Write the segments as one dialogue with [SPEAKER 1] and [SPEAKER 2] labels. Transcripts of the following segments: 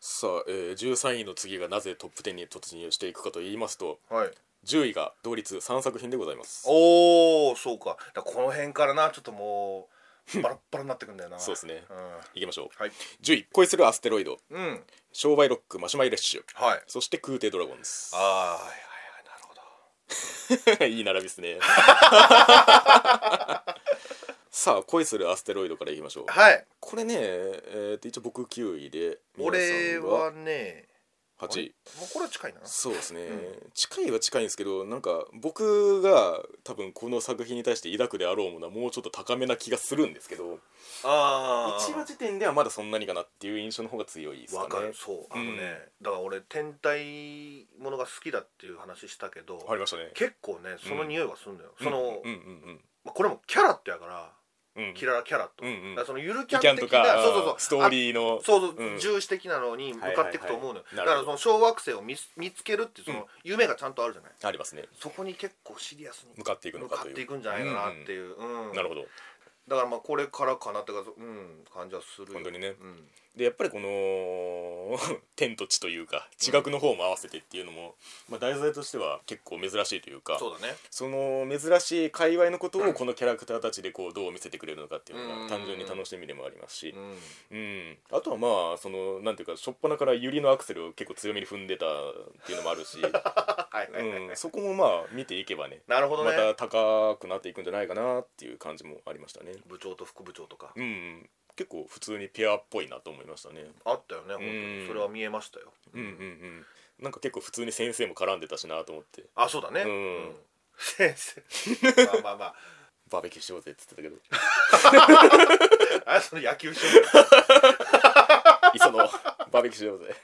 [SPEAKER 1] さあ、えー、13位の次がなぜトップ10に突入していくかと言いますと
[SPEAKER 2] はい
[SPEAKER 1] 10位が同率3作品でございます
[SPEAKER 2] おおそうかだからこの辺からなちょっともうバラッバラになってくんだよな
[SPEAKER 1] そうですね
[SPEAKER 2] うん、
[SPEAKER 1] いきましょう
[SPEAKER 2] はい
[SPEAKER 1] 10位恋するアステロイド
[SPEAKER 2] うん
[SPEAKER 1] 商売ロックマシュマイレッシュ
[SPEAKER 2] はい
[SPEAKER 1] そして空挺ドラゴンです
[SPEAKER 2] あーはいはい はいなるほど
[SPEAKER 1] いい並びです ねさあ恋するアステロイドからいきましょう
[SPEAKER 2] はい
[SPEAKER 1] これね、えー、と一応僕9位で
[SPEAKER 2] 俺はね
[SPEAKER 1] 皆さんが8位
[SPEAKER 2] もうこれは近いな
[SPEAKER 1] そうですね、
[SPEAKER 2] う
[SPEAKER 1] 近いは近いんですけどなんか僕が多分この作品に対して抱くであろうものはもうちょっと高めな気がするんですけど
[SPEAKER 2] あ
[SPEAKER 1] 1話時点ではまだそんなにかなっていう印象の方が強いですか
[SPEAKER 2] わ
[SPEAKER 1] ね
[SPEAKER 2] かるそうあのね、
[SPEAKER 1] うん
[SPEAKER 2] だから俺天体ものが好きだっていう話したけど、
[SPEAKER 1] ありましたね
[SPEAKER 2] 結構ねその匂いがするんだよ、その、
[SPEAKER 1] うんうん
[SPEAKER 2] まあこれもキャラってやから
[SPEAKER 1] うんうん
[SPEAKER 2] キララキャラと、
[SPEAKER 1] うんうん
[SPEAKER 2] だからそのゆるキ
[SPEAKER 1] キ
[SPEAKER 2] ャ
[SPEAKER 1] ャ
[SPEAKER 2] ン
[SPEAKER 1] ンと
[SPEAKER 2] 的
[SPEAKER 1] か
[SPEAKER 2] なそうそうそう
[SPEAKER 1] ストーリーの
[SPEAKER 2] あそうそう、
[SPEAKER 1] うん
[SPEAKER 2] 重視的なのに向かっていくと思うのよ、
[SPEAKER 1] はいはいはいなるほど
[SPEAKER 2] だからその小惑星を見つ見つけるっていうその夢がちゃんとあるじゃない、
[SPEAKER 1] ありますね
[SPEAKER 2] そこに結構シリアスに
[SPEAKER 1] 向かっていくの
[SPEAKER 2] 向
[SPEAKER 1] か
[SPEAKER 2] か
[SPEAKER 1] と
[SPEAKER 2] っ
[SPEAKER 1] いう
[SPEAKER 2] ていくんじゃないかなっていう、うん
[SPEAKER 1] なるほど
[SPEAKER 2] だからまあこれからかなってかうん感じはするよ
[SPEAKER 1] 本当にね
[SPEAKER 2] うん
[SPEAKER 1] でやっぱりこの 天と地というか地学の方も合わせてっていうのも、まあ、題材としては結構珍しいというか
[SPEAKER 2] そうだね
[SPEAKER 1] その珍しい界隈のことをこのキャラクターたちでこうどう見せてくれるのかっていうの
[SPEAKER 2] うん
[SPEAKER 1] が単純に楽しみでもありますし
[SPEAKER 2] う、ん
[SPEAKER 1] うん、あとはまあそのなんていうか初っ端からユリのアクセルを結構強めに踏んでたっていうのもあるし、
[SPEAKER 2] あ はいはいはい、
[SPEAKER 1] うん、そこもまあ見ていけばね
[SPEAKER 2] なるほどね、
[SPEAKER 1] また高くなっていくんじゃないかなっていう感じもありましたね。
[SPEAKER 2] 部長と副部長とか、
[SPEAKER 1] うん結構普通にペアっぽいなと思いましたね。
[SPEAKER 2] あったよね本当に、
[SPEAKER 1] うん
[SPEAKER 2] それは見えましたよ、
[SPEAKER 1] うんうんうん。なんか結構普通に先生も絡んでたしなと思って
[SPEAKER 2] あそうだね、
[SPEAKER 1] うん
[SPEAKER 2] 先生まあまあまあ
[SPEAKER 1] バーベキューしようぜって言ってた
[SPEAKER 2] あその野球少年
[SPEAKER 1] けど磯野バーベキューしようぜ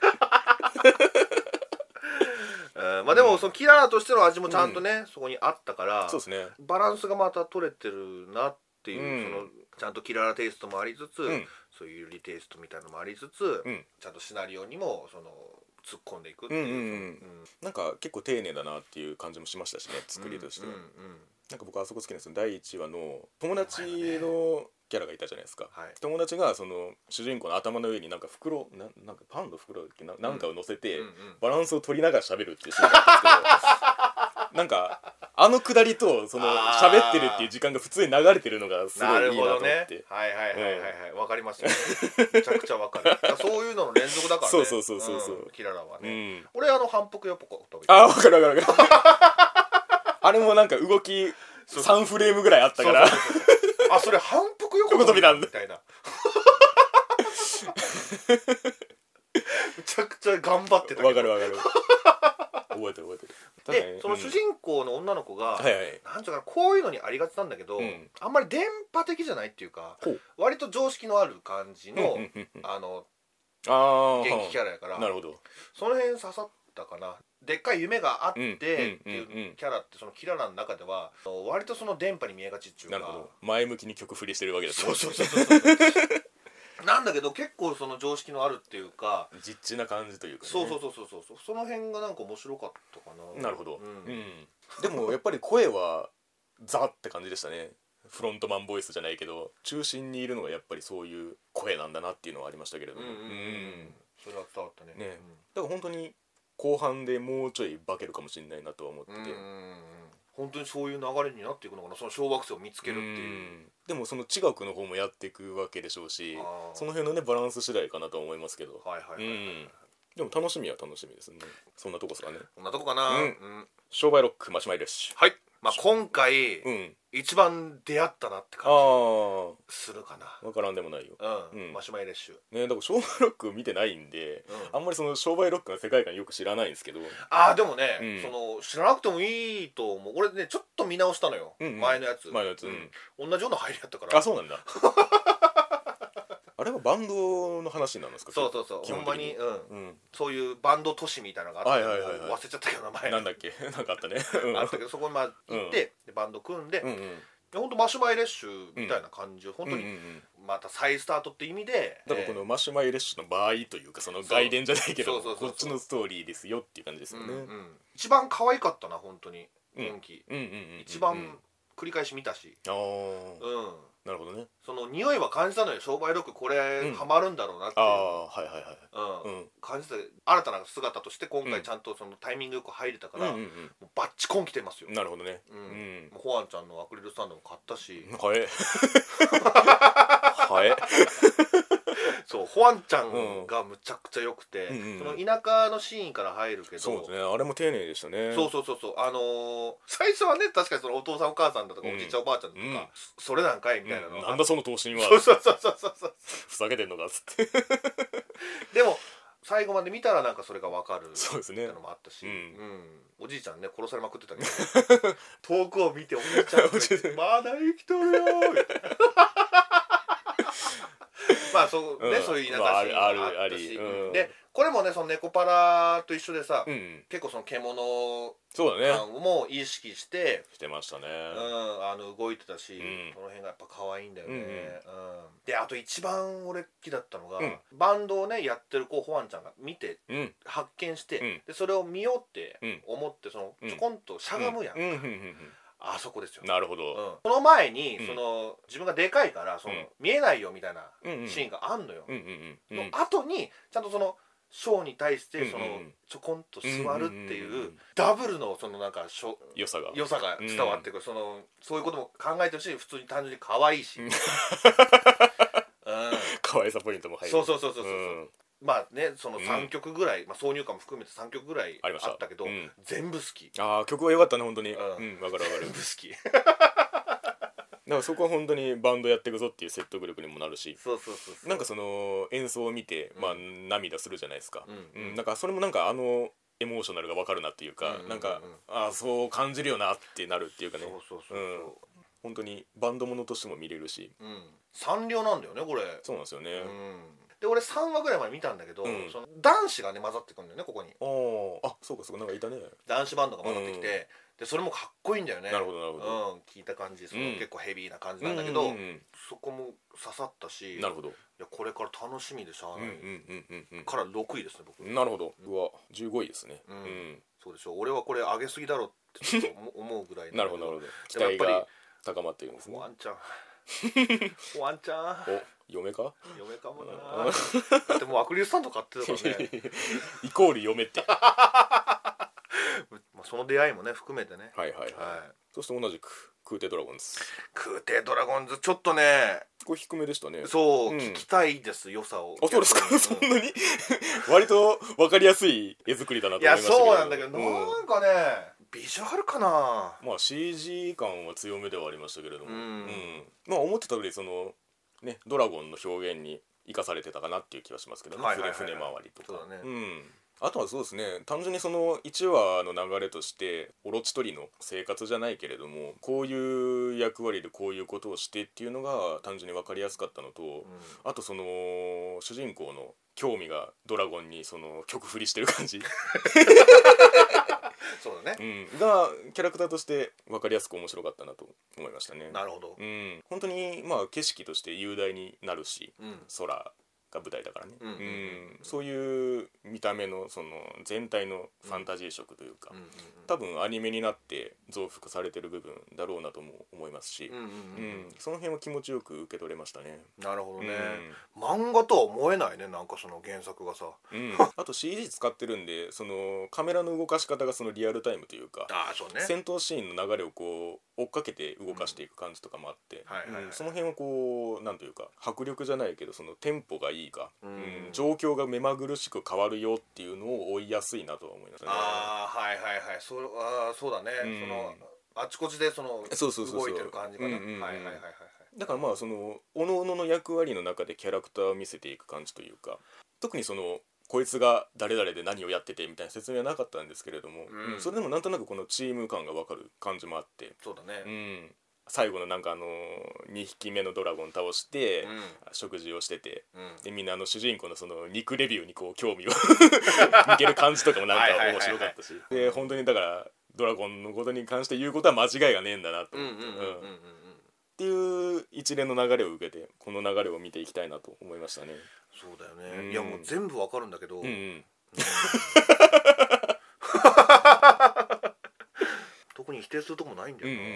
[SPEAKER 2] うんまあでもそのキララとしての味もちゃんとね、そこにあったから
[SPEAKER 1] そうですね
[SPEAKER 2] バランスがまた取れてるなっていう、
[SPEAKER 1] うん
[SPEAKER 2] そのちゃんとキララテイストもありつつ、
[SPEAKER 1] うん
[SPEAKER 2] そういうユリテイストみたいなのもありつつ、
[SPEAKER 1] うん
[SPEAKER 2] ちゃんとシナリオにもその突っ込んでいくって
[SPEAKER 1] う
[SPEAKER 2] い
[SPEAKER 1] ん
[SPEAKER 2] う
[SPEAKER 1] うん、
[SPEAKER 2] う
[SPEAKER 1] うん
[SPEAKER 2] ん
[SPEAKER 1] なんか結構丁寧だなっていう感じもしましたしね作りとしては、
[SPEAKER 2] うんうんうん
[SPEAKER 1] なんか僕あそこ好きなんですよ第1話の友達のキャラがいたじゃないですか、
[SPEAKER 2] はい
[SPEAKER 1] 友達がその主人公の頭の上になんか袋ななんかパンの袋だっけななんかを乗せて、
[SPEAKER 2] うんうん
[SPEAKER 1] バランスを取りながら喋るっていうシーンだったんです けどなんかあのくだりとその
[SPEAKER 2] あー
[SPEAKER 1] 喋ってるっていう時間が普通に流れてるのがすご
[SPEAKER 2] ない
[SPEAKER 1] いい
[SPEAKER 2] る
[SPEAKER 1] なと
[SPEAKER 2] ほ
[SPEAKER 1] 思っ
[SPEAKER 2] ど
[SPEAKER 1] て、
[SPEAKER 2] ねはいはいはいはいはいわ、かりますよめちゃくちゃわか るだからそういうのの連続だからね
[SPEAKER 1] そうそうそうそうそうん
[SPEAKER 2] キララは
[SPEAKER 1] う
[SPEAKER 2] ね、
[SPEAKER 1] ん、
[SPEAKER 2] 俺あの反復よっこ飛び
[SPEAKER 1] あ分かる分かる分かる あれもなんか動き
[SPEAKER 2] そう
[SPEAKER 1] 3フレームぐらいあったから
[SPEAKER 2] そうそうそうそうあそれ反復横
[SPEAKER 1] 横跳びなんだ
[SPEAKER 2] みたいなめちゃくちゃ頑張ってたけど
[SPEAKER 1] わかるわかる覚えてる覚えてるただね
[SPEAKER 2] でその主人公の女の子が、
[SPEAKER 1] うんはいはい
[SPEAKER 2] なんていうかなこういうのにありがちなんだけど、
[SPEAKER 1] うん
[SPEAKER 2] あんまり電波的じゃないっていうか
[SPEAKER 1] ほう
[SPEAKER 2] 割と常識のある感じの、
[SPEAKER 1] うんうんうんうん
[SPEAKER 2] あの
[SPEAKER 1] あ あ
[SPEAKER 2] 元気キ
[SPEAKER 1] ャ
[SPEAKER 2] ャラやから
[SPEAKER 1] なるほど
[SPEAKER 2] その辺刺さったかなでっかい夢があってって
[SPEAKER 1] うんうんうんうん
[SPEAKER 2] いうキャラってそのキララの中では割とその電波に見えがちっていう
[SPEAKER 1] な
[SPEAKER 2] か
[SPEAKER 1] るほど前向きに曲振りしてるわけだ
[SPEAKER 2] そうそううそうそうなんだけど結構その常識のあるっていうか
[SPEAKER 1] 実地な感じというか、ね、
[SPEAKER 2] そうそうそうそうそうその辺がなんか面白かったかな
[SPEAKER 1] なるほど、
[SPEAKER 2] う
[SPEAKER 1] うんんでもやっぱり声はザって感じでしたねフロントマンボイスじゃないけど中心にいるのがやっぱりそういう声なんだなっていうのはありましたけれど
[SPEAKER 2] うん
[SPEAKER 1] も、
[SPEAKER 2] うんうんうん
[SPEAKER 1] うん
[SPEAKER 2] それは伝わったね
[SPEAKER 1] ねだから本当に後半でもうちょい化けるかもしれないなとは思って
[SPEAKER 2] うん
[SPEAKER 1] て、
[SPEAKER 2] うんうんうん本当にそういう流れになっていくのかなその小惑星を見つけるっていう
[SPEAKER 1] うんでもその地学の方もやっていくわけでしょうし
[SPEAKER 2] あー
[SPEAKER 1] その辺のねバランス次第かなとは思いますけど、
[SPEAKER 2] はいはいはいはい
[SPEAKER 1] うんでも楽しみは楽しみですねそんなとこですかね
[SPEAKER 2] こんなとこかな
[SPEAKER 1] うん
[SPEAKER 2] うん
[SPEAKER 1] 商売ロックマシュマイレッシ
[SPEAKER 2] はいまあ今回
[SPEAKER 1] ュうん
[SPEAKER 2] 一番出会ったなって
[SPEAKER 1] あ
[SPEAKER 2] 感
[SPEAKER 1] あ
[SPEAKER 2] じするかな
[SPEAKER 1] 分からんでもないよ
[SPEAKER 2] うん、
[SPEAKER 1] うん
[SPEAKER 2] マシュマイレッシュ、
[SPEAKER 1] ねだから商売ロック見てないんであ
[SPEAKER 2] うん、
[SPEAKER 1] んまりその商売ロックの世界観よく知らないんですけど
[SPEAKER 2] ああでもね、
[SPEAKER 1] うん
[SPEAKER 2] その知らなくてもいいと思う俺ねちょっと見直したのよ、
[SPEAKER 1] うんうん
[SPEAKER 2] 前のやつ
[SPEAKER 1] 前のやつ
[SPEAKER 2] う
[SPEAKER 1] うんん、
[SPEAKER 2] 同じような入りだったから
[SPEAKER 1] あそうなんだあれはバンドの話なんですか
[SPEAKER 2] そうそうそう
[SPEAKER 1] 基
[SPEAKER 2] ほん
[SPEAKER 1] 本
[SPEAKER 2] ま
[SPEAKER 1] 的
[SPEAKER 2] に、
[SPEAKER 1] に
[SPEAKER 2] うん、
[SPEAKER 1] うん
[SPEAKER 2] そういうバンド都市みたいなのがあったけど、
[SPEAKER 1] はいはいはいはい
[SPEAKER 2] 忘れちゃったけど名前
[SPEAKER 1] なんだっけ なんかあったね
[SPEAKER 2] あったけどそこにまあ行って、でバンド組んで、
[SPEAKER 1] うん
[SPEAKER 2] い
[SPEAKER 1] うんうん
[SPEAKER 2] やほんとマシュマイレッシュみたいな感じ、本
[SPEAKER 1] う
[SPEAKER 2] 当
[SPEAKER 1] んう
[SPEAKER 2] に
[SPEAKER 1] んうん
[SPEAKER 2] また再スタートって意味で、
[SPEAKER 1] だからこ
[SPEAKER 2] え
[SPEAKER 1] のマシュマイレッシュの場合というかその外伝じゃないけ
[SPEAKER 2] そ
[SPEAKER 1] ど
[SPEAKER 2] うそうそうそう
[SPEAKER 1] こっちのストーリーですよっていう感じです
[SPEAKER 2] ー
[SPEAKER 1] よ
[SPEAKER 2] う
[SPEAKER 1] ね
[SPEAKER 2] んうん一番可愛かったな本当に
[SPEAKER 1] うん
[SPEAKER 2] 元気、
[SPEAKER 1] うんうんうんうん
[SPEAKER 2] 一
[SPEAKER 1] うん
[SPEAKER 2] 番繰り返し見たし、
[SPEAKER 1] あー
[SPEAKER 2] うん
[SPEAKER 1] なるほどね
[SPEAKER 2] その匂いは感じたのよ商売ロックこれ
[SPEAKER 1] うん
[SPEAKER 2] ハマるんだろうなって
[SPEAKER 1] あ
[SPEAKER 2] い、
[SPEAKER 1] あはいはいはいう
[SPEAKER 2] うん
[SPEAKER 1] うん
[SPEAKER 2] 感じた新たな姿として今
[SPEAKER 1] う
[SPEAKER 2] 回
[SPEAKER 1] ん
[SPEAKER 2] ちゃんとそのタイミングよく入れたか
[SPEAKER 1] う
[SPEAKER 2] ら、
[SPEAKER 1] んう
[SPEAKER 2] も
[SPEAKER 1] ん
[SPEAKER 2] うバッチコン来てますよ
[SPEAKER 1] うん、なるほどね
[SPEAKER 2] うん
[SPEAKER 1] うん
[SPEAKER 2] もうホアンちゃんのアクリルスタンドも買ったし、
[SPEAKER 1] はえはえ
[SPEAKER 2] そうホアンちゃ
[SPEAKER 1] うん
[SPEAKER 2] んがむちゃくちゃ良くて、
[SPEAKER 1] うんうんうん
[SPEAKER 2] その田舎のシーンから入るけど
[SPEAKER 1] そうですねあれも丁寧でしたね
[SPEAKER 2] そうそうそうそうあのー最初はね確かにそのお父さんお母さんだとか、
[SPEAKER 1] うん
[SPEAKER 2] おじいちゃんおばあちゃんだとか、
[SPEAKER 1] うん
[SPEAKER 2] それなんかいみたいなの、
[SPEAKER 1] うんなんだその投身は
[SPEAKER 2] そうそうそうそうそうそう
[SPEAKER 1] ふざけてんのかっつって
[SPEAKER 2] でも最後まで見たらなんか それがわかる
[SPEAKER 1] そうです
[SPEAKER 2] っ
[SPEAKER 1] ね
[SPEAKER 2] てのもあったし、
[SPEAKER 1] うん
[SPEAKER 2] うんおじいちゃんね殺されまくってたけど 遠くを見ておじいちゃんが
[SPEAKER 1] おじいちゃん
[SPEAKER 2] まだ生きとるよ」みたいな まあそうね、
[SPEAKER 1] うん
[SPEAKER 2] そういう田舎
[SPEAKER 1] まああ
[SPEAKER 2] シ
[SPEAKER 1] る
[SPEAKER 2] ーンもあ
[SPEAKER 1] あ
[SPEAKER 2] った
[SPEAKER 1] る
[SPEAKER 2] し、
[SPEAKER 1] ありうん
[SPEAKER 2] でこれもねその猫パラと一緒でさ、
[SPEAKER 1] うん
[SPEAKER 2] 結構その獣
[SPEAKER 1] そうだね
[SPEAKER 2] 感も意識して、
[SPEAKER 1] してましたね
[SPEAKER 2] うん、あの動いてたし、
[SPEAKER 1] うん
[SPEAKER 2] この辺がやっぱ可愛いんだよね、
[SPEAKER 1] うん
[SPEAKER 2] うん
[SPEAKER 1] うん
[SPEAKER 2] であと一番俺好きだったのが、
[SPEAKER 1] うん
[SPEAKER 2] バンドをねやってる子ホアンちゃんが見て
[SPEAKER 1] うん
[SPEAKER 2] 発見して、
[SPEAKER 1] うん
[SPEAKER 2] でそれを見ようって
[SPEAKER 1] うん
[SPEAKER 2] 思ってその
[SPEAKER 1] うん
[SPEAKER 2] ちょこんとしゃがむやん、
[SPEAKER 1] うんうんうんうん
[SPEAKER 2] あそこですよ
[SPEAKER 1] うん、なるほ
[SPEAKER 2] うん
[SPEAKER 1] ど
[SPEAKER 2] この前に、
[SPEAKER 1] うん
[SPEAKER 2] その自分がでかいからその、
[SPEAKER 1] うん
[SPEAKER 2] 見えないよみたいな
[SPEAKER 1] うんうん
[SPEAKER 2] シーンがあんのよ、
[SPEAKER 1] うんうんうんう
[SPEAKER 2] の
[SPEAKER 1] ん
[SPEAKER 2] 後にちゃんとそのショーに対してその、
[SPEAKER 1] うんうんうん
[SPEAKER 2] ちょこんと座るっていう、
[SPEAKER 1] うんうんうんうん
[SPEAKER 2] ダブルのそのなんかショ
[SPEAKER 1] 良さが
[SPEAKER 2] 良さが伝わってくる、そのそういうことも考えてるし普通に単純に可愛いし、
[SPEAKER 1] う
[SPEAKER 2] うんん
[SPEAKER 1] 可愛さポイントも入る
[SPEAKER 2] そう
[SPEAKER 1] う
[SPEAKER 2] そうそうそうそう、
[SPEAKER 1] ん
[SPEAKER 2] まあねその
[SPEAKER 1] うん
[SPEAKER 2] 3曲ぐらい、まあ、挿入歌も含めて3曲ぐらい
[SPEAKER 1] あ
[SPEAKER 2] あ
[SPEAKER 1] りました
[SPEAKER 2] ったけど
[SPEAKER 1] うん
[SPEAKER 2] 全部好き
[SPEAKER 1] ああ曲は良かったね本当にう
[SPEAKER 2] うん
[SPEAKER 1] んわかるわかる
[SPEAKER 2] 全部好 き
[SPEAKER 1] だからそこは本当にバンドやっていくぞっていう説得力にもなるし
[SPEAKER 2] そうそうそうそう
[SPEAKER 1] なんかその演奏を見て、
[SPEAKER 2] うん
[SPEAKER 1] まあ、涙するじゃないですか、
[SPEAKER 2] う
[SPEAKER 1] うんんなんかそれもなんかあのエモーショナルが分かるなっていうか、
[SPEAKER 2] うんうんうん
[SPEAKER 1] なんかああそう感じるよなってなるっていうかね
[SPEAKER 2] そうそうそう
[SPEAKER 1] 本当にバンドものとしても見れるし
[SPEAKER 2] そう、うん、三両なんだよねこれ
[SPEAKER 1] そうなんですよね、
[SPEAKER 2] うんで俺3話ぐらいまで見たんだけど、
[SPEAKER 1] うん
[SPEAKER 2] その男子がね混ざってくるんだよねここに
[SPEAKER 1] おーあそうかそうかなんかいたね
[SPEAKER 2] 男子バンドが混ざってきて、
[SPEAKER 1] うん
[SPEAKER 2] でそれもかっこいいんだよね
[SPEAKER 1] なるほどなるほど、
[SPEAKER 2] うん、聞いた感じその、
[SPEAKER 1] うん
[SPEAKER 2] 結構ヘビーな感じなんだけ
[SPEAKER 1] う
[SPEAKER 2] ど、
[SPEAKER 1] んうんうん
[SPEAKER 2] そこも刺さったし
[SPEAKER 1] なるほど
[SPEAKER 2] いやこれから楽しみでしゃあ
[SPEAKER 1] う
[SPEAKER 2] なんい、
[SPEAKER 1] うんうんうんうん
[SPEAKER 2] から6位ですね僕
[SPEAKER 1] なるほどうわ15位ですね
[SPEAKER 2] う
[SPEAKER 1] うんん、
[SPEAKER 2] そうでしょう俺はこれ上げすぎだろってちょっと思思うぐらい ん
[SPEAKER 1] な
[SPEAKER 2] だ
[SPEAKER 1] る
[SPEAKER 2] け
[SPEAKER 1] ほどなるほど期
[SPEAKER 2] でもやっ
[SPEAKER 1] 待
[SPEAKER 2] ぱり
[SPEAKER 1] が高まっているんですね
[SPEAKER 2] ワンち ゃんワンちゃん
[SPEAKER 1] お嫁か
[SPEAKER 2] 嫁かもなだってもうアクリルスタンド買ってたからね
[SPEAKER 1] イコール嫁って は
[SPEAKER 2] まあその出会いもね含めてね
[SPEAKER 1] いはいはい、
[SPEAKER 2] はい
[SPEAKER 1] そして同じく空挺ドラゴンズ
[SPEAKER 2] 空挺ドラゴンズちょっとね
[SPEAKER 1] これ低めでしたね
[SPEAKER 2] そ
[SPEAKER 1] う
[SPEAKER 2] う、
[SPEAKER 1] ん
[SPEAKER 2] 聞きたいです良さを
[SPEAKER 1] あそうですかそん
[SPEAKER 2] 逆に
[SPEAKER 1] なに 割と分かりやすい絵作りだな
[SPEAKER 2] うんい
[SPEAKER 1] と思いま
[SPEAKER 2] や
[SPEAKER 1] したけど
[SPEAKER 2] そうなんだけど、
[SPEAKER 1] う
[SPEAKER 2] なんかねビジュアルかな
[SPEAKER 1] まあ CG 感は強めではありましたけれども、
[SPEAKER 2] うん
[SPEAKER 1] まあ思ってたよりそのねドラゴンの表現に生かされてたかなっていう気がしますけどね、
[SPEAKER 2] はいはいはい
[SPEAKER 1] 船船回りとか
[SPEAKER 2] そうだね
[SPEAKER 1] ん、あとはそうですね単純にその1話の流れとしてオロチ取りの生活じゃないけれどもこういう役割でこういうことをしてっていうのが単純に分かりやすかったのと、
[SPEAKER 2] う
[SPEAKER 1] あとその主人公の興味がドラゴンにその曲振りしてる感 じ、
[SPEAKER 2] んそうだね、
[SPEAKER 1] がキャラクターとして分かりやすく面白かったなと思いましたね。
[SPEAKER 2] なるほど
[SPEAKER 1] うん、本当にまあ景色として雄大になるし
[SPEAKER 2] うん
[SPEAKER 1] 空が舞台だからね、
[SPEAKER 2] うんうんうん
[SPEAKER 1] うんそういう見た目のその全体のファンタジー色というか、
[SPEAKER 2] うんうん
[SPEAKER 1] 多分アニメになって増幅されてる部分だろうなとも思いますし
[SPEAKER 2] う、んうんうんうん
[SPEAKER 1] うんその辺は気持ちよく受け取れましたね。
[SPEAKER 2] なるほどね、漫画とは思えないねなんかその原作がさ
[SPEAKER 1] うんうん、あと CG 使ってるんでそのカメラの動かし方がそのリアルタイムというか
[SPEAKER 2] ああそうね
[SPEAKER 1] 戦闘シーンの流れをこう追っかけて動かしていく感じとかもあって
[SPEAKER 2] うんはいはいはい
[SPEAKER 1] うんその辺はこうなんというか迫力じゃないけどそのテンポがいいか、
[SPEAKER 2] うん
[SPEAKER 1] うん状況が目まぐるしく変わるよっていうのを追いやすいなとは思いましたね。
[SPEAKER 2] ああはいはいはいそあーそうだね、
[SPEAKER 1] うん
[SPEAKER 2] そのあちこちでその
[SPEAKER 1] そうそうそうそう
[SPEAKER 2] 動いてる感じかな、
[SPEAKER 1] うんうんうん
[SPEAKER 2] はいはいはいはい
[SPEAKER 1] だからまあその各々の役割の中でキャラクターを見せていく感じというか特にそのこいつが誰々で何をやっててみたいな説明はなかったんですけれども、
[SPEAKER 2] うん
[SPEAKER 1] うんそれでもなんとなくこのチーム感が分かる感じもあって、
[SPEAKER 2] そうだ
[SPEAKER 1] う
[SPEAKER 2] ね
[SPEAKER 1] ん、最後のなんかあの2匹目のドラゴン倒して、
[SPEAKER 2] うん
[SPEAKER 1] 食事をしてて
[SPEAKER 2] うん
[SPEAKER 1] でみんなあの主人公のその肉レビューにこう興 味を向ける感じとかもなんか面白かったしで本当にだからドラゴンのことに関して言うことは間違いがねえんだなと
[SPEAKER 2] うんう
[SPEAKER 1] 思
[SPEAKER 2] ん
[SPEAKER 1] っ
[SPEAKER 2] うん
[SPEAKER 1] て。
[SPEAKER 2] うんうん
[SPEAKER 1] うんっていう一連の流れを受けてこの流れを見ていきたいなと思いましたね。
[SPEAKER 2] そうだよね、
[SPEAKER 1] うん
[SPEAKER 2] いやもう全部わかるんだけど、
[SPEAKER 1] うんうん、
[SPEAKER 2] 特に否定するとこもないんだよな、
[SPEAKER 1] うんうんうん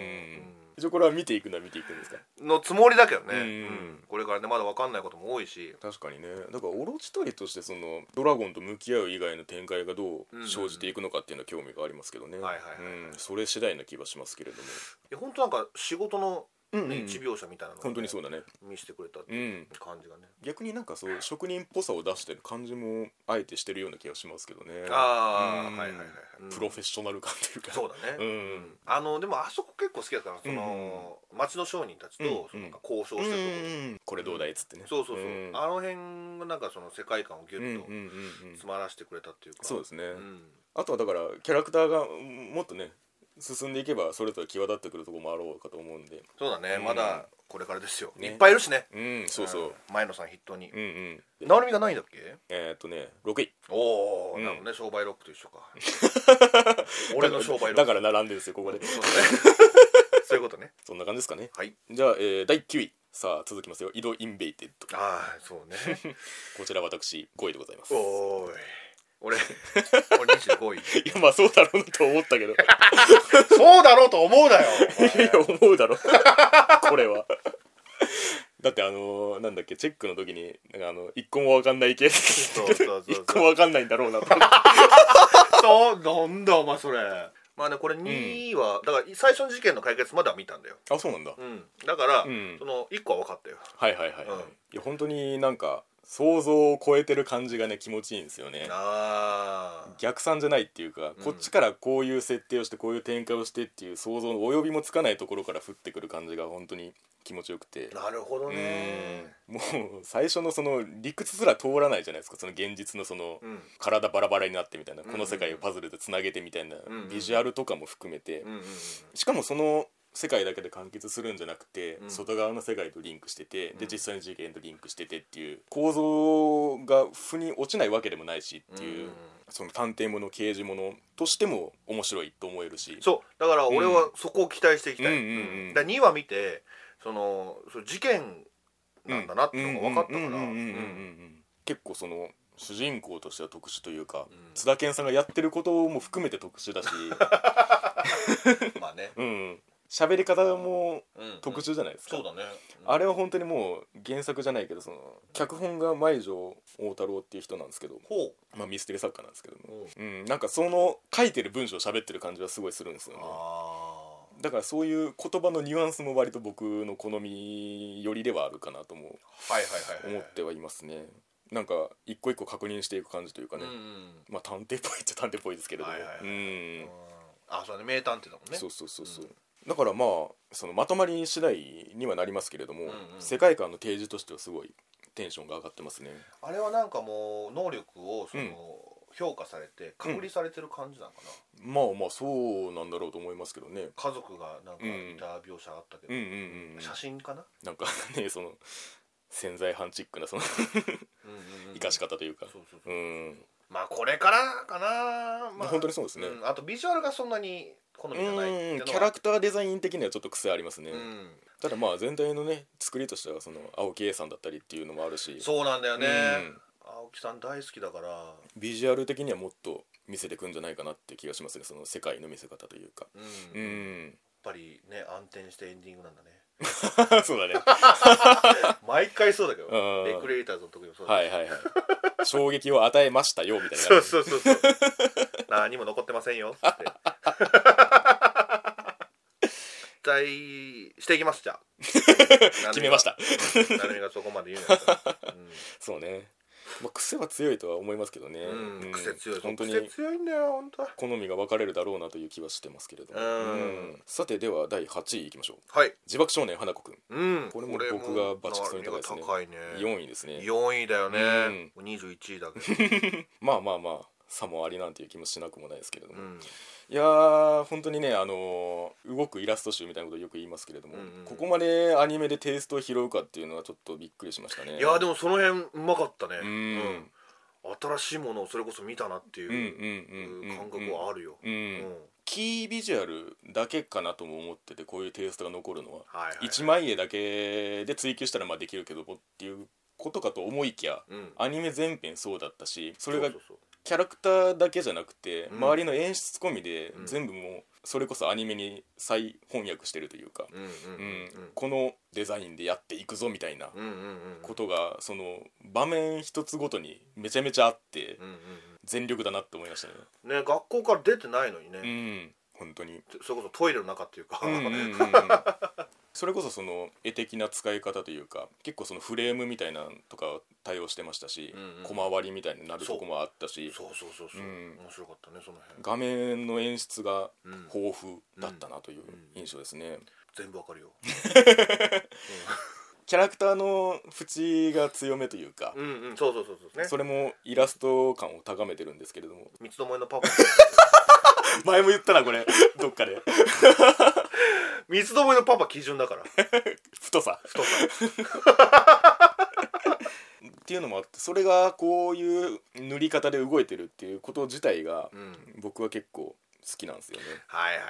[SPEAKER 1] 一応これは見ていくのは見ていくんですか。
[SPEAKER 2] うのつもりだけどね、
[SPEAKER 1] うん
[SPEAKER 2] うんこれからねまだ分かんないことも多いし
[SPEAKER 1] 確かにねだからオロチ取りとしてそのドラゴンと向き合う以外の展開がど
[SPEAKER 2] うんうん
[SPEAKER 1] う生じていくのかっていうのは興味がありますけどね
[SPEAKER 2] はいはいはい
[SPEAKER 1] うんそれ次第な気はしますけれども、
[SPEAKER 2] いや本当なんか仕事の、
[SPEAKER 1] うん
[SPEAKER 2] ね一描写みたいなのをね
[SPEAKER 1] 本当にそうだね
[SPEAKER 2] 見せてくれたって
[SPEAKER 1] う
[SPEAKER 2] いうん感じがね、
[SPEAKER 1] 逆になんかそう職人っぽさを出してる感じもあえてしてるような気がしますけどね
[SPEAKER 2] ああ、
[SPEAKER 1] うん
[SPEAKER 2] はいはいはいはい、うん
[SPEAKER 1] プロフェッショナル感というか
[SPEAKER 2] そうだね、
[SPEAKER 1] うん
[SPEAKER 2] あのでもあそこ結構好きだったなその、町の商人たち
[SPEAKER 1] うんう
[SPEAKER 2] と
[SPEAKER 1] ん
[SPEAKER 2] そのなんか交渉
[SPEAKER 1] う
[SPEAKER 2] し
[SPEAKER 1] ん
[SPEAKER 2] てるところ、
[SPEAKER 1] うんこれどうだいっつってね
[SPEAKER 2] そうそうそう、
[SPEAKER 1] ん
[SPEAKER 2] あの辺がなんかその世界観をギュ
[SPEAKER 1] うんうん
[SPEAKER 2] ッと
[SPEAKER 1] うんうん
[SPEAKER 2] 詰まらせてくれたっていうか、
[SPEAKER 1] そうですね
[SPEAKER 2] うん
[SPEAKER 1] あとはだからキャラクターがうんもっとね進んでいけばそれぞれ際立ってくるところもあろうかと思うんで
[SPEAKER 2] そうだね、
[SPEAKER 1] うん
[SPEAKER 2] まだこれからですよ、
[SPEAKER 1] ね
[SPEAKER 2] いっぱいいるしね
[SPEAKER 1] うんそうそうん
[SPEAKER 2] 前野さん筆頭に、
[SPEAKER 1] うんうん
[SPEAKER 2] 直美がないんだっけ
[SPEAKER 1] えーっとね6位
[SPEAKER 2] おお、
[SPEAKER 1] うん
[SPEAKER 2] なるほどね商売ロックと一緒か 俺の商売ロック
[SPEAKER 1] だから並んでるんですよここで
[SPEAKER 2] そうだねそういうことね
[SPEAKER 1] そんな感じですかね
[SPEAKER 2] はい
[SPEAKER 1] じゃあ、えー第9位さあ続きますよ「井戸インベイテッド」
[SPEAKER 2] ああそうね
[SPEAKER 1] こちら私5位でござい ますい
[SPEAKER 2] おーい俺俺25位
[SPEAKER 1] やまあそうだろうなと思った けどい
[SPEAKER 2] そうだろうと思うなよお前
[SPEAKER 1] や思うだ ろこれはだってあのーなんだっけチェックの時になんかあの一個もわかんない系 一
[SPEAKER 2] そうそうそうそう
[SPEAKER 1] 個もわかんないんだろうな と
[SPEAKER 2] そうなんだお前それまあねこれ2位は、だから最初の事件の解決までは見たんだよ、
[SPEAKER 1] あそうなんだ
[SPEAKER 2] うん、だから、
[SPEAKER 1] うん
[SPEAKER 2] その1個は分かったよ
[SPEAKER 1] はいはいはい、はい
[SPEAKER 2] うん
[SPEAKER 1] いや本当になんか想像を超えてる感じがね気持ちいいんですよね
[SPEAKER 2] あー
[SPEAKER 1] 逆算じゃないっていうか、
[SPEAKER 2] うん
[SPEAKER 1] こっちからこういう設定をしてこういう展開をしてっていう想像の及びもつかないところから降ってくる感じが本当に気持ちよくて
[SPEAKER 2] なるほどね
[SPEAKER 1] うんもう最初のその理屈すら通らないじゃないですかその現実のその
[SPEAKER 2] うん
[SPEAKER 1] 体バラバラになってみたいな
[SPEAKER 2] うん
[SPEAKER 1] この世界をパズルでつなげてみたいな
[SPEAKER 2] うん
[SPEAKER 1] ビジュアルとかも含めて
[SPEAKER 2] うんうんうん
[SPEAKER 1] しかもその世界だけで完結するんじゃなくて、
[SPEAKER 2] うん
[SPEAKER 1] 外側の世界とリンクしてて、
[SPEAKER 2] う
[SPEAKER 1] で
[SPEAKER 2] ん
[SPEAKER 1] 実際の事件とリンクしててっていう構造が腑に落ちないわけでもないしっていう、
[SPEAKER 2] うん
[SPEAKER 1] その探偵もの刑事ものとしても面白いと思えるし
[SPEAKER 2] そうだから俺はそこを期待していきたい、
[SPEAKER 1] うんうんうんうん
[SPEAKER 2] だ2話見てそのその事件なんだなってのが分かったから
[SPEAKER 1] うんうんうんうんうんうんうん
[SPEAKER 2] うん
[SPEAKER 1] 結構その主人公としては特殊というか、
[SPEAKER 2] うん
[SPEAKER 1] 津田健さんがやってることも含めて特殊 だし
[SPEAKER 2] まあね、
[SPEAKER 1] うん喋り方も
[SPEAKER 2] うん
[SPEAKER 1] 特殊じゃないですか、
[SPEAKER 2] そうだね
[SPEAKER 1] あれは本当にもう原作じゃないけどその脚本が舞城大太郎っていう人なんですけど、
[SPEAKER 2] ほう
[SPEAKER 1] まあ、ミステリー作家なんですけども、
[SPEAKER 2] ほう
[SPEAKER 1] うん、なんかその書いてる文章喋ってる感じはすごいするんですよね
[SPEAKER 2] ああ
[SPEAKER 1] だからそういう言葉のニュアンスも割と僕の好みよりではあるかなとも
[SPEAKER 2] はいはいはいはい
[SPEAKER 1] 思ってはいますねなんか一個一個確認していく感じというかね、
[SPEAKER 2] うんうん
[SPEAKER 1] まあ探偵っぽいっちゃ探偵っぽいですけれども、
[SPEAKER 2] はいはいは
[SPEAKER 1] う
[SPEAKER 2] い
[SPEAKER 1] ん
[SPEAKER 2] あそうだね名探偵だもんね
[SPEAKER 1] そうそうそうそう、
[SPEAKER 2] うん
[SPEAKER 1] だからまあそのまとまり次第にはなりますけれども、
[SPEAKER 2] うんうん
[SPEAKER 1] 世界観の提示としてはすごいテンションが上がってますね
[SPEAKER 2] あれはなんかもう能力をその、
[SPEAKER 1] うん
[SPEAKER 2] 評価されて隔離されてる感じなのかな、
[SPEAKER 1] まあまあそうなんだろうと思いますけどね
[SPEAKER 2] 家族がなんかいた描写あったけ
[SPEAKER 1] う
[SPEAKER 2] ど、
[SPEAKER 1] んうんうんうん
[SPEAKER 2] 写真かな、
[SPEAKER 1] なんかねその潜在犯チックなその
[SPEAKER 2] うんうんうん
[SPEAKER 1] 生かし方というか
[SPEAKER 2] そうそうそうう、
[SPEAKER 1] ん
[SPEAKER 2] まあこれからかな、まあ、
[SPEAKER 1] 本当にそうですね
[SPEAKER 2] んあとビジュアルがそんなに好みじゃないっていううんのは
[SPEAKER 1] キャラクターデザイン的にはちょっと癖ありますね、
[SPEAKER 2] う
[SPEAKER 1] ただまあ全体のね作りとしてはその青木 A さんだったりっていうのもあるし
[SPEAKER 2] ん、そうなんだよね、
[SPEAKER 1] うん
[SPEAKER 2] 青木さん大好きだから
[SPEAKER 1] ビジュアル的にはもっと見せてくんじゃないかなって気がしますねその世界の見せ方というか
[SPEAKER 2] うん、
[SPEAKER 1] う
[SPEAKER 2] やっ
[SPEAKER 1] ん
[SPEAKER 2] ぱりね暗転してエンディングなんだね
[SPEAKER 1] そうだね
[SPEAKER 2] 毎回そうだけど
[SPEAKER 1] うん
[SPEAKER 2] レクリエイターズの時もそうだけど
[SPEAKER 1] はいはいはい衝撃を与えましたよみたいな
[SPEAKER 2] そうそうそうそう。何も残ってませんよっつって。期待していきますじゃあ。
[SPEAKER 1] 決めました
[SPEAKER 2] 誰がそこまで言うんやったら。
[SPEAKER 1] そうね、まあ、癖は強いとは思いますけどね、
[SPEAKER 2] うんうん。癖強い。
[SPEAKER 1] 本当
[SPEAKER 2] 癖
[SPEAKER 1] に
[SPEAKER 2] 強いんだよ本当。
[SPEAKER 1] 好みが分かれるだろうなという気はしてますけれども、
[SPEAKER 2] うん
[SPEAKER 1] うんさてでは第8位いきましょう
[SPEAKER 2] はい。
[SPEAKER 1] 自爆少年花子くん
[SPEAKER 2] うん。
[SPEAKER 1] これも僕がバチクソに高いですね
[SPEAKER 2] これも難易度高いね。
[SPEAKER 1] 4位ですね
[SPEAKER 2] 四位だよね。二十一位だけど。
[SPEAKER 1] まあまあまあさもありなんていう気もしなくもないですけれども、
[SPEAKER 2] うん。
[SPEAKER 1] いやー本当にねあのー動くイラスト集みたいなことよく言いますけれども、
[SPEAKER 2] うんうん
[SPEAKER 1] ここまでアニメでテイストを拾うかっていうのはちょっとびっくりしましたね
[SPEAKER 2] いやでもその辺うまかったね。
[SPEAKER 1] うん
[SPEAKER 2] うん新しいものをそれこそ見たなって
[SPEAKER 1] うん
[SPEAKER 2] い
[SPEAKER 1] うん
[SPEAKER 2] う
[SPEAKER 1] うんうん
[SPEAKER 2] 感覚はあるよ。
[SPEAKER 1] うん、
[SPEAKER 2] うん
[SPEAKER 1] キービジュアルだけかなとも思っててこういうテイストが残るのは
[SPEAKER 2] はいはいはい。
[SPEAKER 1] 一枚絵だけで追求したらまあできるけどもっていうことかと思いきや
[SPEAKER 2] うん。
[SPEAKER 1] アニメ全編そうだったしそ
[SPEAKER 2] そ
[SPEAKER 1] れが
[SPEAKER 2] うそうそう
[SPEAKER 1] キャラクターだけじゃなくて、
[SPEAKER 2] うん
[SPEAKER 1] 周りの演出込みで
[SPEAKER 2] うん
[SPEAKER 1] 全部もうそれこそアニメに再翻訳してるというか、
[SPEAKER 2] うんう
[SPEAKER 1] う
[SPEAKER 2] ん
[SPEAKER 1] んこのデザインでやっていくぞみたいな
[SPEAKER 2] うんうんうんうん
[SPEAKER 1] ことがその場面一つごとにめちゃめちゃあって
[SPEAKER 2] うんうん
[SPEAKER 1] 全力だなって思いましたね。
[SPEAKER 2] うんね学校から出てないのにね、
[SPEAKER 1] うん本当に
[SPEAKER 2] それこそトイレの中っていうか、
[SPEAKER 1] うんうんうんうんそれこそその絵的な使い方というか結構そのフレームみたいなのとか対応してましたし、
[SPEAKER 2] うんうん
[SPEAKER 1] 小回りみたいになるとこもあったし
[SPEAKER 2] そうそうそうそう、
[SPEAKER 1] うん
[SPEAKER 2] 面白かったねその辺
[SPEAKER 1] 画面の演出が
[SPEAKER 2] うん
[SPEAKER 1] 豊富だったなという印象ですね、
[SPEAKER 2] 全部わかるよ、
[SPEAKER 1] キャラクターの縁が強めというか、
[SPEAKER 2] うんうん、そうそうそうそうね
[SPEAKER 1] それもイラスト感を高めてるんですけれども
[SPEAKER 2] 三つどもえのパパ
[SPEAKER 1] 前も言ったなこれ どっかで
[SPEAKER 2] 三つどもえのパパ基準だから
[SPEAKER 1] 太さ
[SPEAKER 2] 太さ
[SPEAKER 1] っていうのもあってそれがこういう塗り方で動いてるっていうこと自体が
[SPEAKER 2] うんはい
[SPEAKER 1] 僕は結構好きなんですよね。
[SPEAKER 2] はいはいはい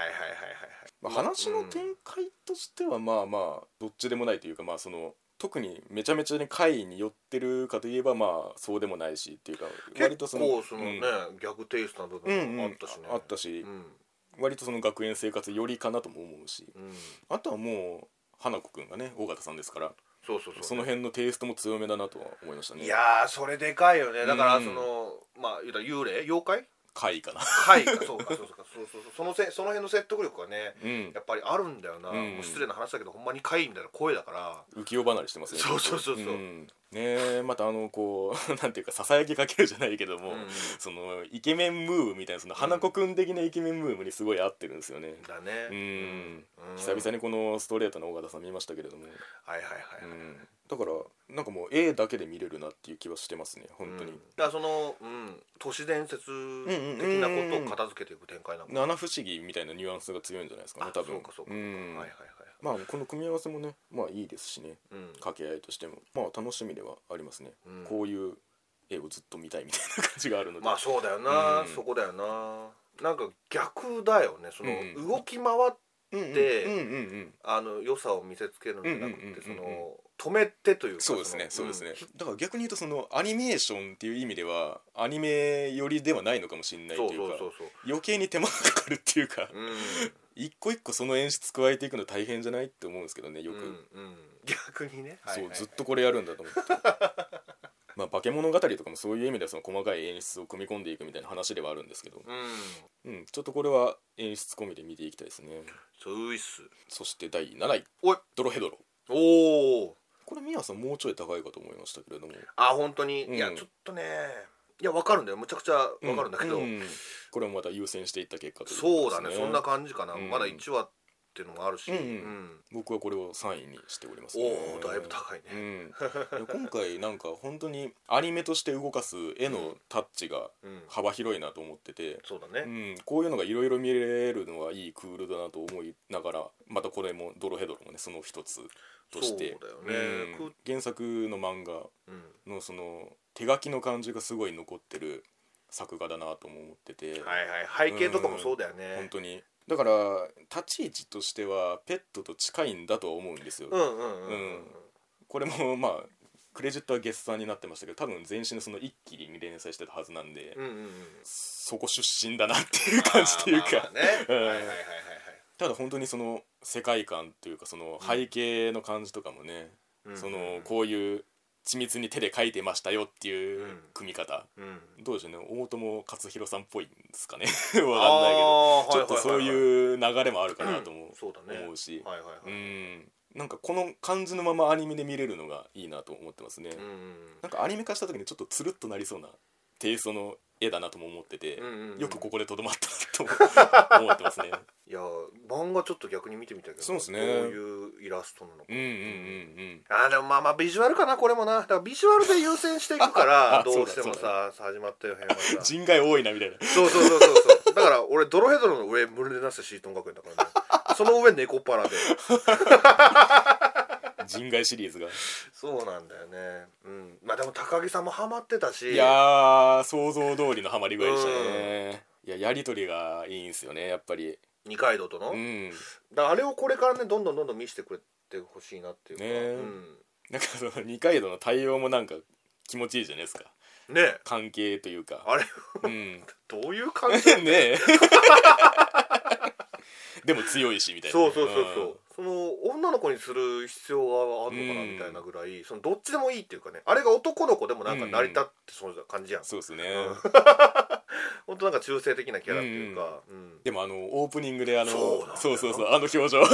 [SPEAKER 1] まあ、
[SPEAKER 2] はいはい
[SPEAKER 1] 話の展開としてはまあまあどっちでもないというかまあその特にめちゃめちゃに回に寄ってるかといえばまあそうでもないしっていうか割
[SPEAKER 2] 割
[SPEAKER 1] とそ
[SPEAKER 2] とそ
[SPEAKER 1] の
[SPEAKER 2] の結構そ
[SPEAKER 1] う
[SPEAKER 2] のね
[SPEAKER 1] ん、
[SPEAKER 2] 逆テイストな部
[SPEAKER 1] うん
[SPEAKER 2] 分
[SPEAKER 1] うん
[SPEAKER 2] もあったしね、
[SPEAKER 1] あったし
[SPEAKER 2] うん
[SPEAKER 1] 割とその学園生活よりかなとも思うし
[SPEAKER 2] うん
[SPEAKER 1] あとはもう花子くんがね尾形さんですから
[SPEAKER 2] そうそうそう
[SPEAKER 1] その辺のテイストも強めだなとは思いましたね
[SPEAKER 2] いやーそれでかいよねだから
[SPEAKER 1] うん
[SPEAKER 2] その、まあ言うたら幽霊妖怪
[SPEAKER 1] 回 かな
[SPEAKER 2] 怪かそうかそうかそうそうそうそのせその辺の説得力がね
[SPEAKER 1] うん
[SPEAKER 2] やっぱりあるんだよな、
[SPEAKER 1] うん
[SPEAKER 2] もう失礼な話だけどほんまに怪みたいな声だから
[SPEAKER 1] 浮世離れしてますね
[SPEAKER 2] そうそうそうそう
[SPEAKER 1] うん、ねえまたあのこう なんていうかささやきかけるじゃないけども、
[SPEAKER 2] うん
[SPEAKER 1] そのイケメンムーブみたいなその花子くん的なイケメンムーブにすごい合ってるんですよね、
[SPEAKER 2] だね
[SPEAKER 1] うん
[SPEAKER 2] うん
[SPEAKER 1] 久々にこのストレートな尾形さん見ましたけれども、
[SPEAKER 2] はいはいはい、
[SPEAKER 1] うん、だからなんかもう絵だけで見れるなっていう気はしてますね本当に、
[SPEAKER 2] うんだからその、うん、都市伝説的なことを片付けていく展開なんか、
[SPEAKER 1] 七不思議みたいなニュアンスが強いんじゃないですかね
[SPEAKER 2] あ
[SPEAKER 1] 多分
[SPEAKER 2] そうかそうか、
[SPEAKER 1] ん
[SPEAKER 2] はいはいはい
[SPEAKER 1] まあこの組み合わせもねまあいいですしね
[SPEAKER 2] うん
[SPEAKER 1] 掛け合いとしてもまあ楽しみではありますね、
[SPEAKER 2] うん
[SPEAKER 1] こういう絵をずっと見たいみたいな感じがあるので、
[SPEAKER 2] まあそうだよな、
[SPEAKER 1] うん
[SPEAKER 2] そこだよななんか逆だよねその、
[SPEAKER 1] うんうん
[SPEAKER 2] 動き回っ
[SPEAKER 1] うんうん
[SPEAKER 2] で
[SPEAKER 1] うんうんうん
[SPEAKER 2] あの良さを見せつけるんじゃなく
[SPEAKER 1] うんうんうんうんうん
[SPEAKER 2] てその止めてというか
[SPEAKER 1] そうですねそう
[SPEAKER 2] の
[SPEAKER 1] ですね、だから逆に言うとそのアニメーションっていう意味ではアニメ寄りではないのかもしれない
[SPEAKER 2] そ
[SPEAKER 1] とい
[SPEAKER 2] うそうう
[SPEAKER 1] か
[SPEAKER 2] そうそう
[SPEAKER 1] 余計に手間がかかるっていうか、
[SPEAKER 2] うん
[SPEAKER 1] 一個一個その演出加えていくの大変じゃないって思うんですけどねよく、
[SPEAKER 2] うんうん逆にね
[SPEAKER 1] そ
[SPEAKER 2] はいは
[SPEAKER 1] う、
[SPEAKER 2] いはい
[SPEAKER 1] ずっとこれやるんだと思って まあ化け物語とかもそういう意味ではその細かい演出を組み込んでいくみたいな話ではあるんですけど、
[SPEAKER 2] うん
[SPEAKER 1] うん、ちょっとこれは演出込みで見ていきたいですね
[SPEAKER 2] そういっす
[SPEAKER 1] そして第7位
[SPEAKER 2] おい
[SPEAKER 1] ドロヘドロ
[SPEAKER 2] おお
[SPEAKER 1] これミヤさんもうちょい高いかと思いましたけれども
[SPEAKER 2] あ本当に、
[SPEAKER 1] うん
[SPEAKER 2] いやちょっとねいやわかるんだよむちゃくちゃわかるんだけど、
[SPEAKER 1] うんこれもまた優先していった結果とい
[SPEAKER 2] そ
[SPEAKER 1] こ
[SPEAKER 2] う
[SPEAKER 1] と
[SPEAKER 2] だ
[SPEAKER 1] で
[SPEAKER 2] ね
[SPEAKER 1] す
[SPEAKER 2] そんな感じかな、
[SPEAKER 1] うん
[SPEAKER 2] まだ1話っていうのもあるし、
[SPEAKER 1] うんうん
[SPEAKER 2] うん
[SPEAKER 1] 僕はこれを3位にしております
[SPEAKER 2] おーだいぶ高い
[SPEAKER 1] ね、うんいや今回なんか本当にアニメとして動かす絵のタッチが
[SPEAKER 2] うん
[SPEAKER 1] 幅広いなと思ってて、
[SPEAKER 2] そうだ
[SPEAKER 1] う
[SPEAKER 2] ね、
[SPEAKER 1] ん、こういうのがいろいろ見れるのはいいクールだなと思いながらまたこれも「ドロヘドロ」もねその一つとして
[SPEAKER 2] そうだよね
[SPEAKER 1] うん
[SPEAKER 2] く
[SPEAKER 1] 原作の漫画
[SPEAKER 2] うん
[SPEAKER 1] のその手書きの感じがすごい残ってる作画だなとも思ってて、
[SPEAKER 2] はいはい背景とかもそうだよ
[SPEAKER 1] 本
[SPEAKER 2] ね
[SPEAKER 1] 当にだから立ち位置としてはペットと近いんだとは思うんですよ、
[SPEAKER 2] うんうんうんうん、
[SPEAKER 1] うんこれもまあクレジットは月産になってましたけど多分前身のその一気に連載してたはずなんで、
[SPEAKER 2] うんうんうん
[SPEAKER 1] そこ出身だなっていう感じというか、
[SPEAKER 2] あーまあまあね
[SPEAKER 1] うん
[SPEAKER 2] はいはいはいはいはい
[SPEAKER 1] ただ本当にその世界観というかその背景の感じとかもね、
[SPEAKER 2] うん
[SPEAKER 1] そのこういう緻密に手で描いてましたよっていう
[SPEAKER 2] うん
[SPEAKER 1] 組み方、
[SPEAKER 2] うん
[SPEAKER 1] どうでしょうね大友克洋さんっぽいんです かねわかんないけど
[SPEAKER 2] あー
[SPEAKER 1] ちょっとそう
[SPEAKER 2] はは
[SPEAKER 1] い
[SPEAKER 2] は
[SPEAKER 1] う流れもあるかなとも
[SPEAKER 2] そうだね
[SPEAKER 1] 思うし、
[SPEAKER 2] はいはいはい
[SPEAKER 1] うんなんかこの感じのままアニメで見れるのがいいなと思ってますね、
[SPEAKER 2] うん
[SPEAKER 1] なんかアニメ化した時にちょっとつるっとなりそうなテイストの絵だなとも思ってて、
[SPEAKER 2] うんうんうん
[SPEAKER 1] よくここでとどまったなとも思ってますね
[SPEAKER 2] いや漫画ちょっと逆に見てみたいけど
[SPEAKER 1] そうですね
[SPEAKER 2] どういうイラストなのか
[SPEAKER 1] うんうんうんうん
[SPEAKER 2] あーでもまあまあビジュアルかなこれもなだからビジュアルで優先していくか ら
[SPEAKER 1] あそうだ
[SPEAKER 2] どうしてもさ始まったよ編はさ
[SPEAKER 1] 人外多いなみたいな
[SPEAKER 2] そうそうそうそうそうだから俺ドロヘドロの上ムルネナスシートン学園だからねその上猫っ 腹で
[SPEAKER 1] 人外シリーズが
[SPEAKER 2] そうなんだよねうんまあでも高木さんもハマってたし
[SPEAKER 1] いやー想像通りのハマり具合でしたね、いややりとりがいいんすよねやっぱり
[SPEAKER 2] 二階堂との、
[SPEAKER 1] うん
[SPEAKER 2] だからあれをこれからねどんどんどんどん見せてくれてほしいなっていうか、
[SPEAKER 1] ねえなんかその二階堂の対応もなんか気持ちいいじゃないですか
[SPEAKER 2] うん、ねえ
[SPEAKER 1] 関係 というか
[SPEAKER 2] あれ
[SPEAKER 1] うんね
[SPEAKER 2] どういう感じ
[SPEAKER 1] え でも強いしみたいな
[SPEAKER 2] そうそうそうそうその女の子にする必要があるのかなみたいなぐらい、そのどっちでもいいっていうかねあれが男の子でもなんか成り立ってそうな感じやん、
[SPEAKER 1] んそうですね、
[SPEAKER 2] ほんとなんか中性的なキャラっていうか、うん
[SPEAKER 1] でもあのオープニングであの
[SPEAKER 2] そうなんだよ
[SPEAKER 1] そうそうそうあの表情
[SPEAKER 2] うん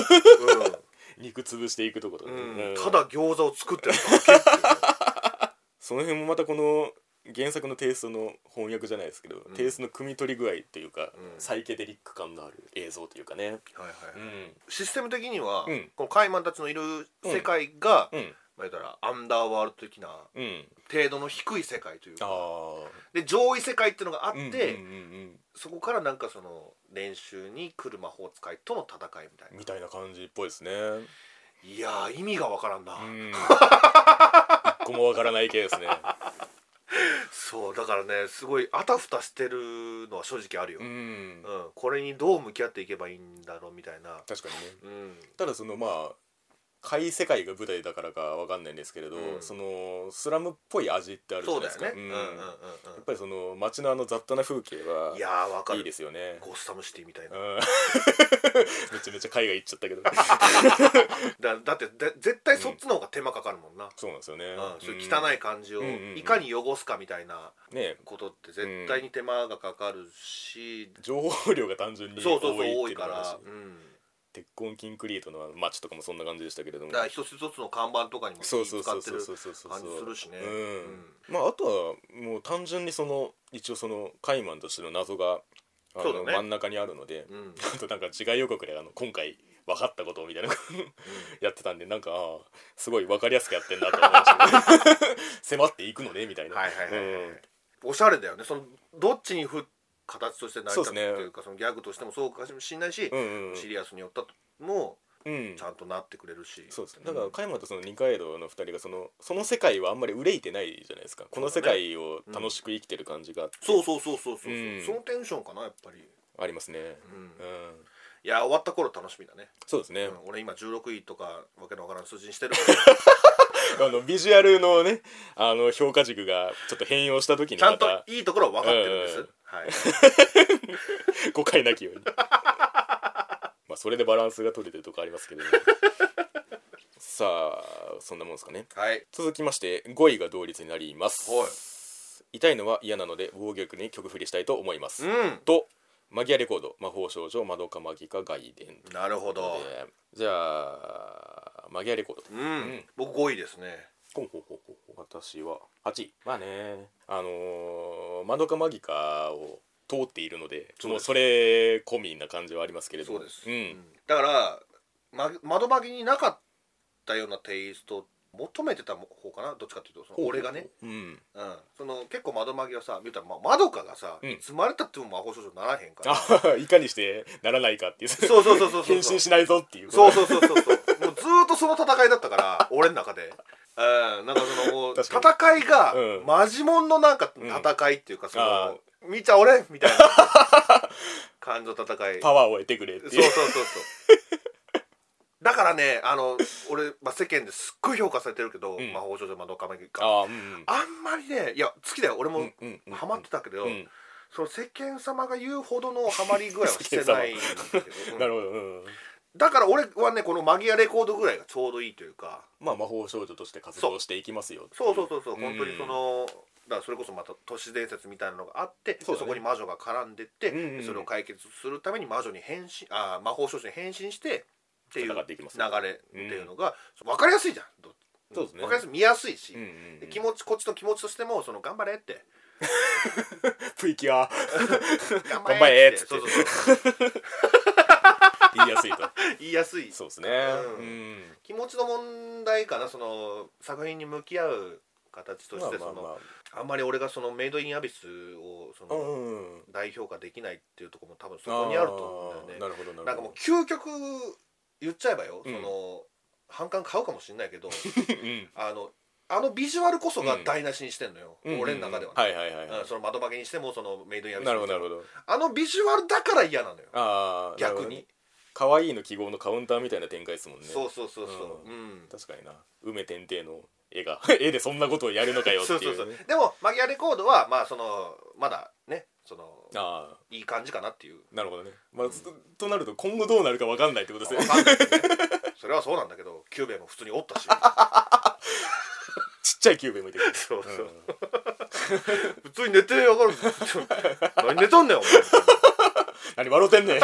[SPEAKER 1] 肉潰していくとことかね、
[SPEAKER 2] う
[SPEAKER 1] うんん
[SPEAKER 2] ただ餃子を作ってる だけっていうね
[SPEAKER 1] その辺もまたこの原作のテイストの翻訳じゃないですけど、
[SPEAKER 2] ん
[SPEAKER 1] テイストの汲み取り具合っていうか、
[SPEAKER 2] うん
[SPEAKER 1] サイケデリック感のある映像というかね
[SPEAKER 2] はいはいはい
[SPEAKER 1] うん
[SPEAKER 2] システム的には、
[SPEAKER 1] うん
[SPEAKER 2] このカイマンたちのいる世界が、
[SPEAKER 1] うん
[SPEAKER 2] まあ、言ったらアンダーワールド的な
[SPEAKER 1] うん
[SPEAKER 2] 程度の低い世界という
[SPEAKER 1] あ
[SPEAKER 2] か
[SPEAKER 1] あ
[SPEAKER 2] で上位世界っていうのがあっ
[SPEAKER 1] う
[SPEAKER 2] て、
[SPEAKER 1] んうんうん
[SPEAKER 2] そこからなんかその練習に来る魔法使いとの戦いみた
[SPEAKER 1] う
[SPEAKER 2] い
[SPEAKER 1] ん
[SPEAKER 2] な
[SPEAKER 1] みたいな感じっぽいですね
[SPEAKER 2] いやー意味がわからんな、
[SPEAKER 1] うん一個もわからない系ですね
[SPEAKER 2] そうだからねすごいあたふたしてるのは正直あるよ、
[SPEAKER 1] う
[SPEAKER 2] うん
[SPEAKER 1] ん
[SPEAKER 2] これにどう向き合っていけばいいんだろうみたいな、
[SPEAKER 1] 確かにね
[SPEAKER 2] うん、
[SPEAKER 1] ただそのまあ怪世界が舞台だからかわかんないんですけれど、
[SPEAKER 2] うん
[SPEAKER 1] そのスラムっぽい味ってあるじゃ
[SPEAKER 2] そ
[SPEAKER 1] な
[SPEAKER 2] う
[SPEAKER 1] いで
[SPEAKER 2] だ
[SPEAKER 1] す
[SPEAKER 2] よ
[SPEAKER 1] か
[SPEAKER 2] ね、うんうんうん
[SPEAKER 1] うんやっぱりその街のあの雑多な風景
[SPEAKER 2] う
[SPEAKER 1] は
[SPEAKER 2] んいやーわかる
[SPEAKER 1] いいですよね
[SPEAKER 2] ゴッサムシティみたいな
[SPEAKER 1] うん めちゃめちゃ海外行っちゃったけ ど
[SPEAKER 2] だだってだ絶対そっちの方が手間かかるもんな、うん
[SPEAKER 1] そうなんですよね、
[SPEAKER 2] そういう汚い感じを
[SPEAKER 1] うんうんうん
[SPEAKER 2] いかに汚すかみたいな
[SPEAKER 1] うんね
[SPEAKER 2] ことって絶対に手間がかかるし、
[SPEAKER 1] 情報量が単純に多い
[SPEAKER 2] そ
[SPEAKER 1] っ
[SPEAKER 2] う
[SPEAKER 1] てい
[SPEAKER 2] そう
[SPEAKER 1] う
[SPEAKER 2] そう多い
[SPEAKER 1] のも
[SPEAKER 2] か
[SPEAKER 1] あるし
[SPEAKER 2] ら、うん、
[SPEAKER 1] 鉄痕キンクリートの街とかもそんな感じでしたけれども
[SPEAKER 2] だから一つ一つの看板とかにも気
[SPEAKER 1] そ
[SPEAKER 2] 使
[SPEAKER 1] うそうそ
[SPEAKER 2] っ
[SPEAKER 1] う
[SPEAKER 2] て
[SPEAKER 1] そ
[SPEAKER 2] る
[SPEAKER 1] うそうそうそう
[SPEAKER 2] 感じするしね
[SPEAKER 1] うん
[SPEAKER 2] うん
[SPEAKER 1] まああとはもう単純にその一応そのカイマンとしての謎があ
[SPEAKER 2] そうだ
[SPEAKER 1] の、
[SPEAKER 2] ね
[SPEAKER 1] 真ん中にあるので、
[SPEAKER 2] うん
[SPEAKER 1] あとなんか次回予告であの今回分かったことみたいなのやってたんでなんかあーすごい分かりやすくやってんなと思いました ね迫っていくのねみたいな
[SPEAKER 2] はいはいはいはいはい
[SPEAKER 1] うん
[SPEAKER 2] おしゃれだよねそのどっちにふ形として成り立つ
[SPEAKER 1] そ
[SPEAKER 2] っ
[SPEAKER 1] う
[SPEAKER 2] て
[SPEAKER 1] ですね
[SPEAKER 2] いうかそのギャグとしてもそうかもしれないし、
[SPEAKER 1] うんうんうん
[SPEAKER 2] シリアスによったとも
[SPEAKER 1] うん
[SPEAKER 2] ちゃんとなってくれるし、
[SPEAKER 1] そうですねだから加山とその二階堂の二人がそのその世界はあんまり憂いてないじゃないですかこの世界を楽しく生きてる感じがあって
[SPEAKER 2] そうそうそうそうそうそう、
[SPEAKER 1] うん
[SPEAKER 2] そのテンションかなやっぱり、
[SPEAKER 1] ありますね、
[SPEAKER 2] う
[SPEAKER 1] う
[SPEAKER 2] ん
[SPEAKER 1] ん
[SPEAKER 2] いや終わった頃楽しみだね、
[SPEAKER 1] そうですね、
[SPEAKER 2] うん俺今16位とかわけのわからん数字にしてる
[SPEAKER 1] あのビジュアルのねあの評価軸がちょっと変容した時に
[SPEAKER 2] ちゃ
[SPEAKER 1] ま
[SPEAKER 2] んと
[SPEAKER 1] た
[SPEAKER 2] いいところは分かってるんです、
[SPEAKER 1] うん
[SPEAKER 2] はい
[SPEAKER 1] 誤解なきように まあそれでバランスが取れてるとこありますけど、さあそんなもんですかね
[SPEAKER 2] はい
[SPEAKER 1] 続きまして5位が同率になります、
[SPEAKER 2] はい
[SPEAKER 1] 痛いのは嫌なので防御力に曲振りしたいと思います、
[SPEAKER 2] う
[SPEAKER 1] とマギアレコード魔法少女マドカマギカ外伝
[SPEAKER 2] んなるほど、
[SPEAKER 1] でじゃあマギアレコード
[SPEAKER 2] うん、僕5位ですね
[SPEAKER 1] ほうほうほうほう私は8位まあねあのー、マドカマギカを通っているので
[SPEAKER 2] そうです
[SPEAKER 1] もうそれ込みな感じはありますけれど
[SPEAKER 2] そ
[SPEAKER 1] も
[SPEAKER 2] うです、
[SPEAKER 1] ん
[SPEAKER 2] だから、ま、窓まぎになかったようなテイスト求めてた方かなどっちかっていうとその俺がね、
[SPEAKER 1] うん、
[SPEAKER 2] うん、その結構窓まぎはさ言うたらままどかがさ、
[SPEAKER 1] うん
[SPEAKER 2] いつまれたっても魔法少女にならへんから
[SPEAKER 1] あ いかにしてならないかっていう
[SPEAKER 2] そうそうそうそうそ
[SPEAKER 1] 変
[SPEAKER 2] うそう
[SPEAKER 1] 身しないぞっていう
[SPEAKER 2] そうそうそうそうそうもうずーっとその戦いだったから俺の中で。うん、なんかそのもう
[SPEAKER 1] 確
[SPEAKER 2] 戦いが、
[SPEAKER 1] うん
[SPEAKER 2] マジモンのなんか
[SPEAKER 1] うん
[SPEAKER 2] 戦いっていうか、そ
[SPEAKER 1] あ
[SPEAKER 2] の「みーちゃん俺!」みたいな感じの 戦い
[SPEAKER 1] パワーを得てくれっ
[SPEAKER 2] そう
[SPEAKER 1] て
[SPEAKER 2] そう
[SPEAKER 1] い
[SPEAKER 2] そううそう だからねあの俺、まあ、世間ですっごい評価されてるけど「
[SPEAKER 1] ん
[SPEAKER 2] 魔法少女魔のカメが
[SPEAKER 1] ああうん
[SPEAKER 2] あんまりねいや好きだよ俺
[SPEAKER 1] う
[SPEAKER 2] も
[SPEAKER 1] んうんうん
[SPEAKER 2] ハマってたけど、
[SPEAKER 1] うん
[SPEAKER 2] その世間様が言うほどのハマり具合はしてないんだけ ど
[SPEAKER 1] なるほど、うん、
[SPEAKER 2] だから俺はねこのマギアレコードぐらいがちょうどいいというか
[SPEAKER 1] まあ魔法少女として活動していきますよ
[SPEAKER 2] そうそうそうそう、
[SPEAKER 1] ん
[SPEAKER 2] 本当にそのだからそれこそまた都市伝説みたいなのがあってそ,、
[SPEAKER 1] そうだね
[SPEAKER 2] こに魔女が絡んでって、
[SPEAKER 1] うんうん
[SPEAKER 2] それを解決するために魔女に変身あー魔法少女に変身してっていう
[SPEAKER 1] 戦
[SPEAKER 2] 流
[SPEAKER 1] っていきます
[SPEAKER 2] れっていうのが、分かりやすいじゃんど
[SPEAKER 1] そうですね
[SPEAKER 2] 分かりやすい見やすいし、
[SPEAKER 1] うんうんうん
[SPEAKER 2] で気持ちこっちの気持ちとしてもその頑張れ って
[SPEAKER 1] プリキュア
[SPEAKER 2] 頑
[SPEAKER 1] 張れっつって
[SPEAKER 2] そうそう そう
[SPEAKER 1] 言いやすいと
[SPEAKER 2] 言いやす い
[SPEAKER 1] そうですね
[SPEAKER 2] う
[SPEAKER 1] うんん
[SPEAKER 2] 気持ちの問題かなその作品に向き合う形としてその、あんまり俺がそのメイドインアビスをそ
[SPEAKER 1] あうん
[SPEAKER 2] の
[SPEAKER 1] うんうん
[SPEAKER 2] 代表ができないっていうところも多分そこにあると思うんだよ
[SPEAKER 1] あーな
[SPEAKER 2] ね
[SPEAKER 1] るほどなるほど
[SPEAKER 2] なんかもう究極言っちゃえばよ、
[SPEAKER 1] うん
[SPEAKER 2] その反感買うかもしれない けど
[SPEAKER 1] うん
[SPEAKER 2] あのあのビジュアルこそが台無しにしてんのよ、
[SPEAKER 1] うん
[SPEAKER 2] 俺の中では、ね
[SPEAKER 1] はいはいはいはい
[SPEAKER 2] うんその窓負けにしてもそのメイドインアビス
[SPEAKER 1] なるほどなるほど
[SPEAKER 2] あのビジュアルだから嫌なのよ
[SPEAKER 1] ああ
[SPEAKER 2] 逆に、
[SPEAKER 1] 可愛いの記号のカウンターみたいな展開ですもんね
[SPEAKER 2] そうそうそうそう
[SPEAKER 1] う
[SPEAKER 2] うん
[SPEAKER 1] 確かにな梅天帝の絵が 絵でそんなことをやるのかよって
[SPEAKER 2] そ
[SPEAKER 1] いう
[SPEAKER 2] うそうそう
[SPEAKER 1] ね
[SPEAKER 2] でもマギアレコードはまあそのまだねその
[SPEAKER 1] あ
[SPEAKER 2] いい感じかなっていう
[SPEAKER 1] あなるほどね、まあととなると今後どうなるか分かんないってことです
[SPEAKER 2] わ
[SPEAKER 1] ね
[SPEAKER 2] かんないけどねそれはそうなんだけどキューベも普通に おったし
[SPEAKER 1] ちっちゃいキューベもいてくる
[SPEAKER 2] そうそう、
[SPEAKER 1] うん
[SPEAKER 2] 普通に寝て上がる 何寝とんねんお前
[SPEAKER 1] 何笑うてんねん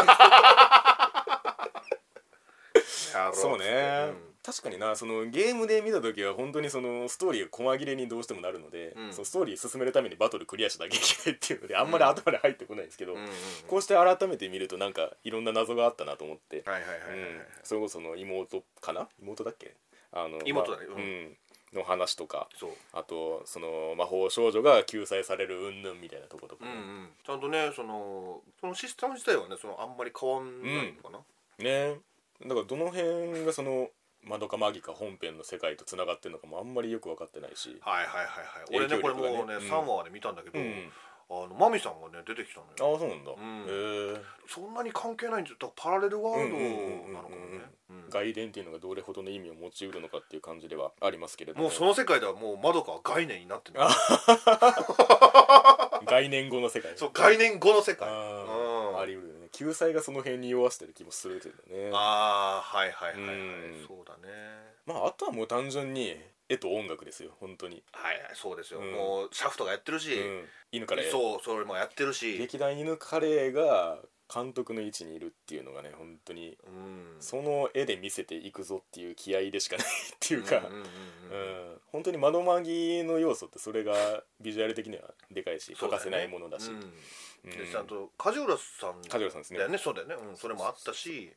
[SPEAKER 2] やろ
[SPEAKER 1] そうね、確かになそのゲームで見た時は本当にそのストーリーが細切れにどうしてもなるので、
[SPEAKER 2] うん
[SPEAKER 1] そのストーリー進めるためにバトルクリアしなきゃいけないっていうのであんまり頭に入ってこないんですけど、
[SPEAKER 2] うんうんうん
[SPEAKER 1] こうして改めて見るとなんかいろんな謎があったなと思って、
[SPEAKER 2] はいはいはいはいはい、
[SPEAKER 1] うん、それこその妹かな妹だっけあの
[SPEAKER 2] 妹だね
[SPEAKER 1] まあ
[SPEAKER 2] う
[SPEAKER 1] うんんの話とか
[SPEAKER 2] そう
[SPEAKER 1] あとその魔法少女が救済される云々みたいなとことか
[SPEAKER 2] うん
[SPEAKER 1] ね、
[SPEAKER 2] うん、ちゃんとねそのそのシステム自体はねそのあんまり変わんないのかな、
[SPEAKER 1] ねだからどの辺がその「まどかマギか本編の世界とつながってるのかもあんまりよく分かってないし、
[SPEAKER 2] はいはいはいはい俺ね
[SPEAKER 1] 影響
[SPEAKER 2] これ
[SPEAKER 1] 力がね
[SPEAKER 2] もうね
[SPEAKER 1] うん
[SPEAKER 2] 3話で見たんだけど、
[SPEAKER 1] うん、
[SPEAKER 2] あのマミさんがね出てきたの
[SPEAKER 1] ああ
[SPEAKER 2] よ
[SPEAKER 1] そうなんだ、
[SPEAKER 2] う
[SPEAKER 1] へ
[SPEAKER 2] ん
[SPEAKER 1] ー
[SPEAKER 2] そんなに関係ないんですよだからパラレルワールドなのかも
[SPEAKER 1] うんうんうんうん
[SPEAKER 2] ねうん
[SPEAKER 1] 外伝っていうのがどれほどの意味を持ちうるのかっていう感じではありますけれども
[SPEAKER 2] もうその世界ではもう窓かは概念になってる
[SPEAKER 1] あ概念語の世界
[SPEAKER 2] そう概念後の世界
[SPEAKER 1] あ
[SPEAKER 2] うん
[SPEAKER 1] ーあり得るよね救済がその辺に弱してる気もするけどね
[SPEAKER 2] ああはいはいはいはい、
[SPEAKER 1] うん
[SPEAKER 2] そうだね
[SPEAKER 1] まああとはもう単純に絵と音楽ですよ本当に、
[SPEAKER 2] はいはいそうですよ、
[SPEAKER 1] うん
[SPEAKER 2] もうシャフトがやってるし、
[SPEAKER 1] うん、犬カレー
[SPEAKER 2] そうそれもやってるし、
[SPEAKER 1] 劇団犬カレーが監督の位置にいるっていうのがね本当に
[SPEAKER 2] うん、
[SPEAKER 1] その絵で見せていくぞっていう気合でしかないっていうか、
[SPEAKER 2] うんうんうん
[SPEAKER 1] う
[SPEAKER 2] うん
[SPEAKER 1] ん本当に窓マギの要素ってそれがビジュアル的にはでかいし、
[SPEAKER 2] そう
[SPEAKER 1] 欠かせ
[SPEAKER 2] だよね
[SPEAKER 1] ないものだし、
[SPEAKER 2] うん
[SPEAKER 1] うん
[SPEAKER 2] でちゃんと梶浦さん
[SPEAKER 1] 梶浦さんですね
[SPEAKER 2] だよねそうだよね、うん、それもあったし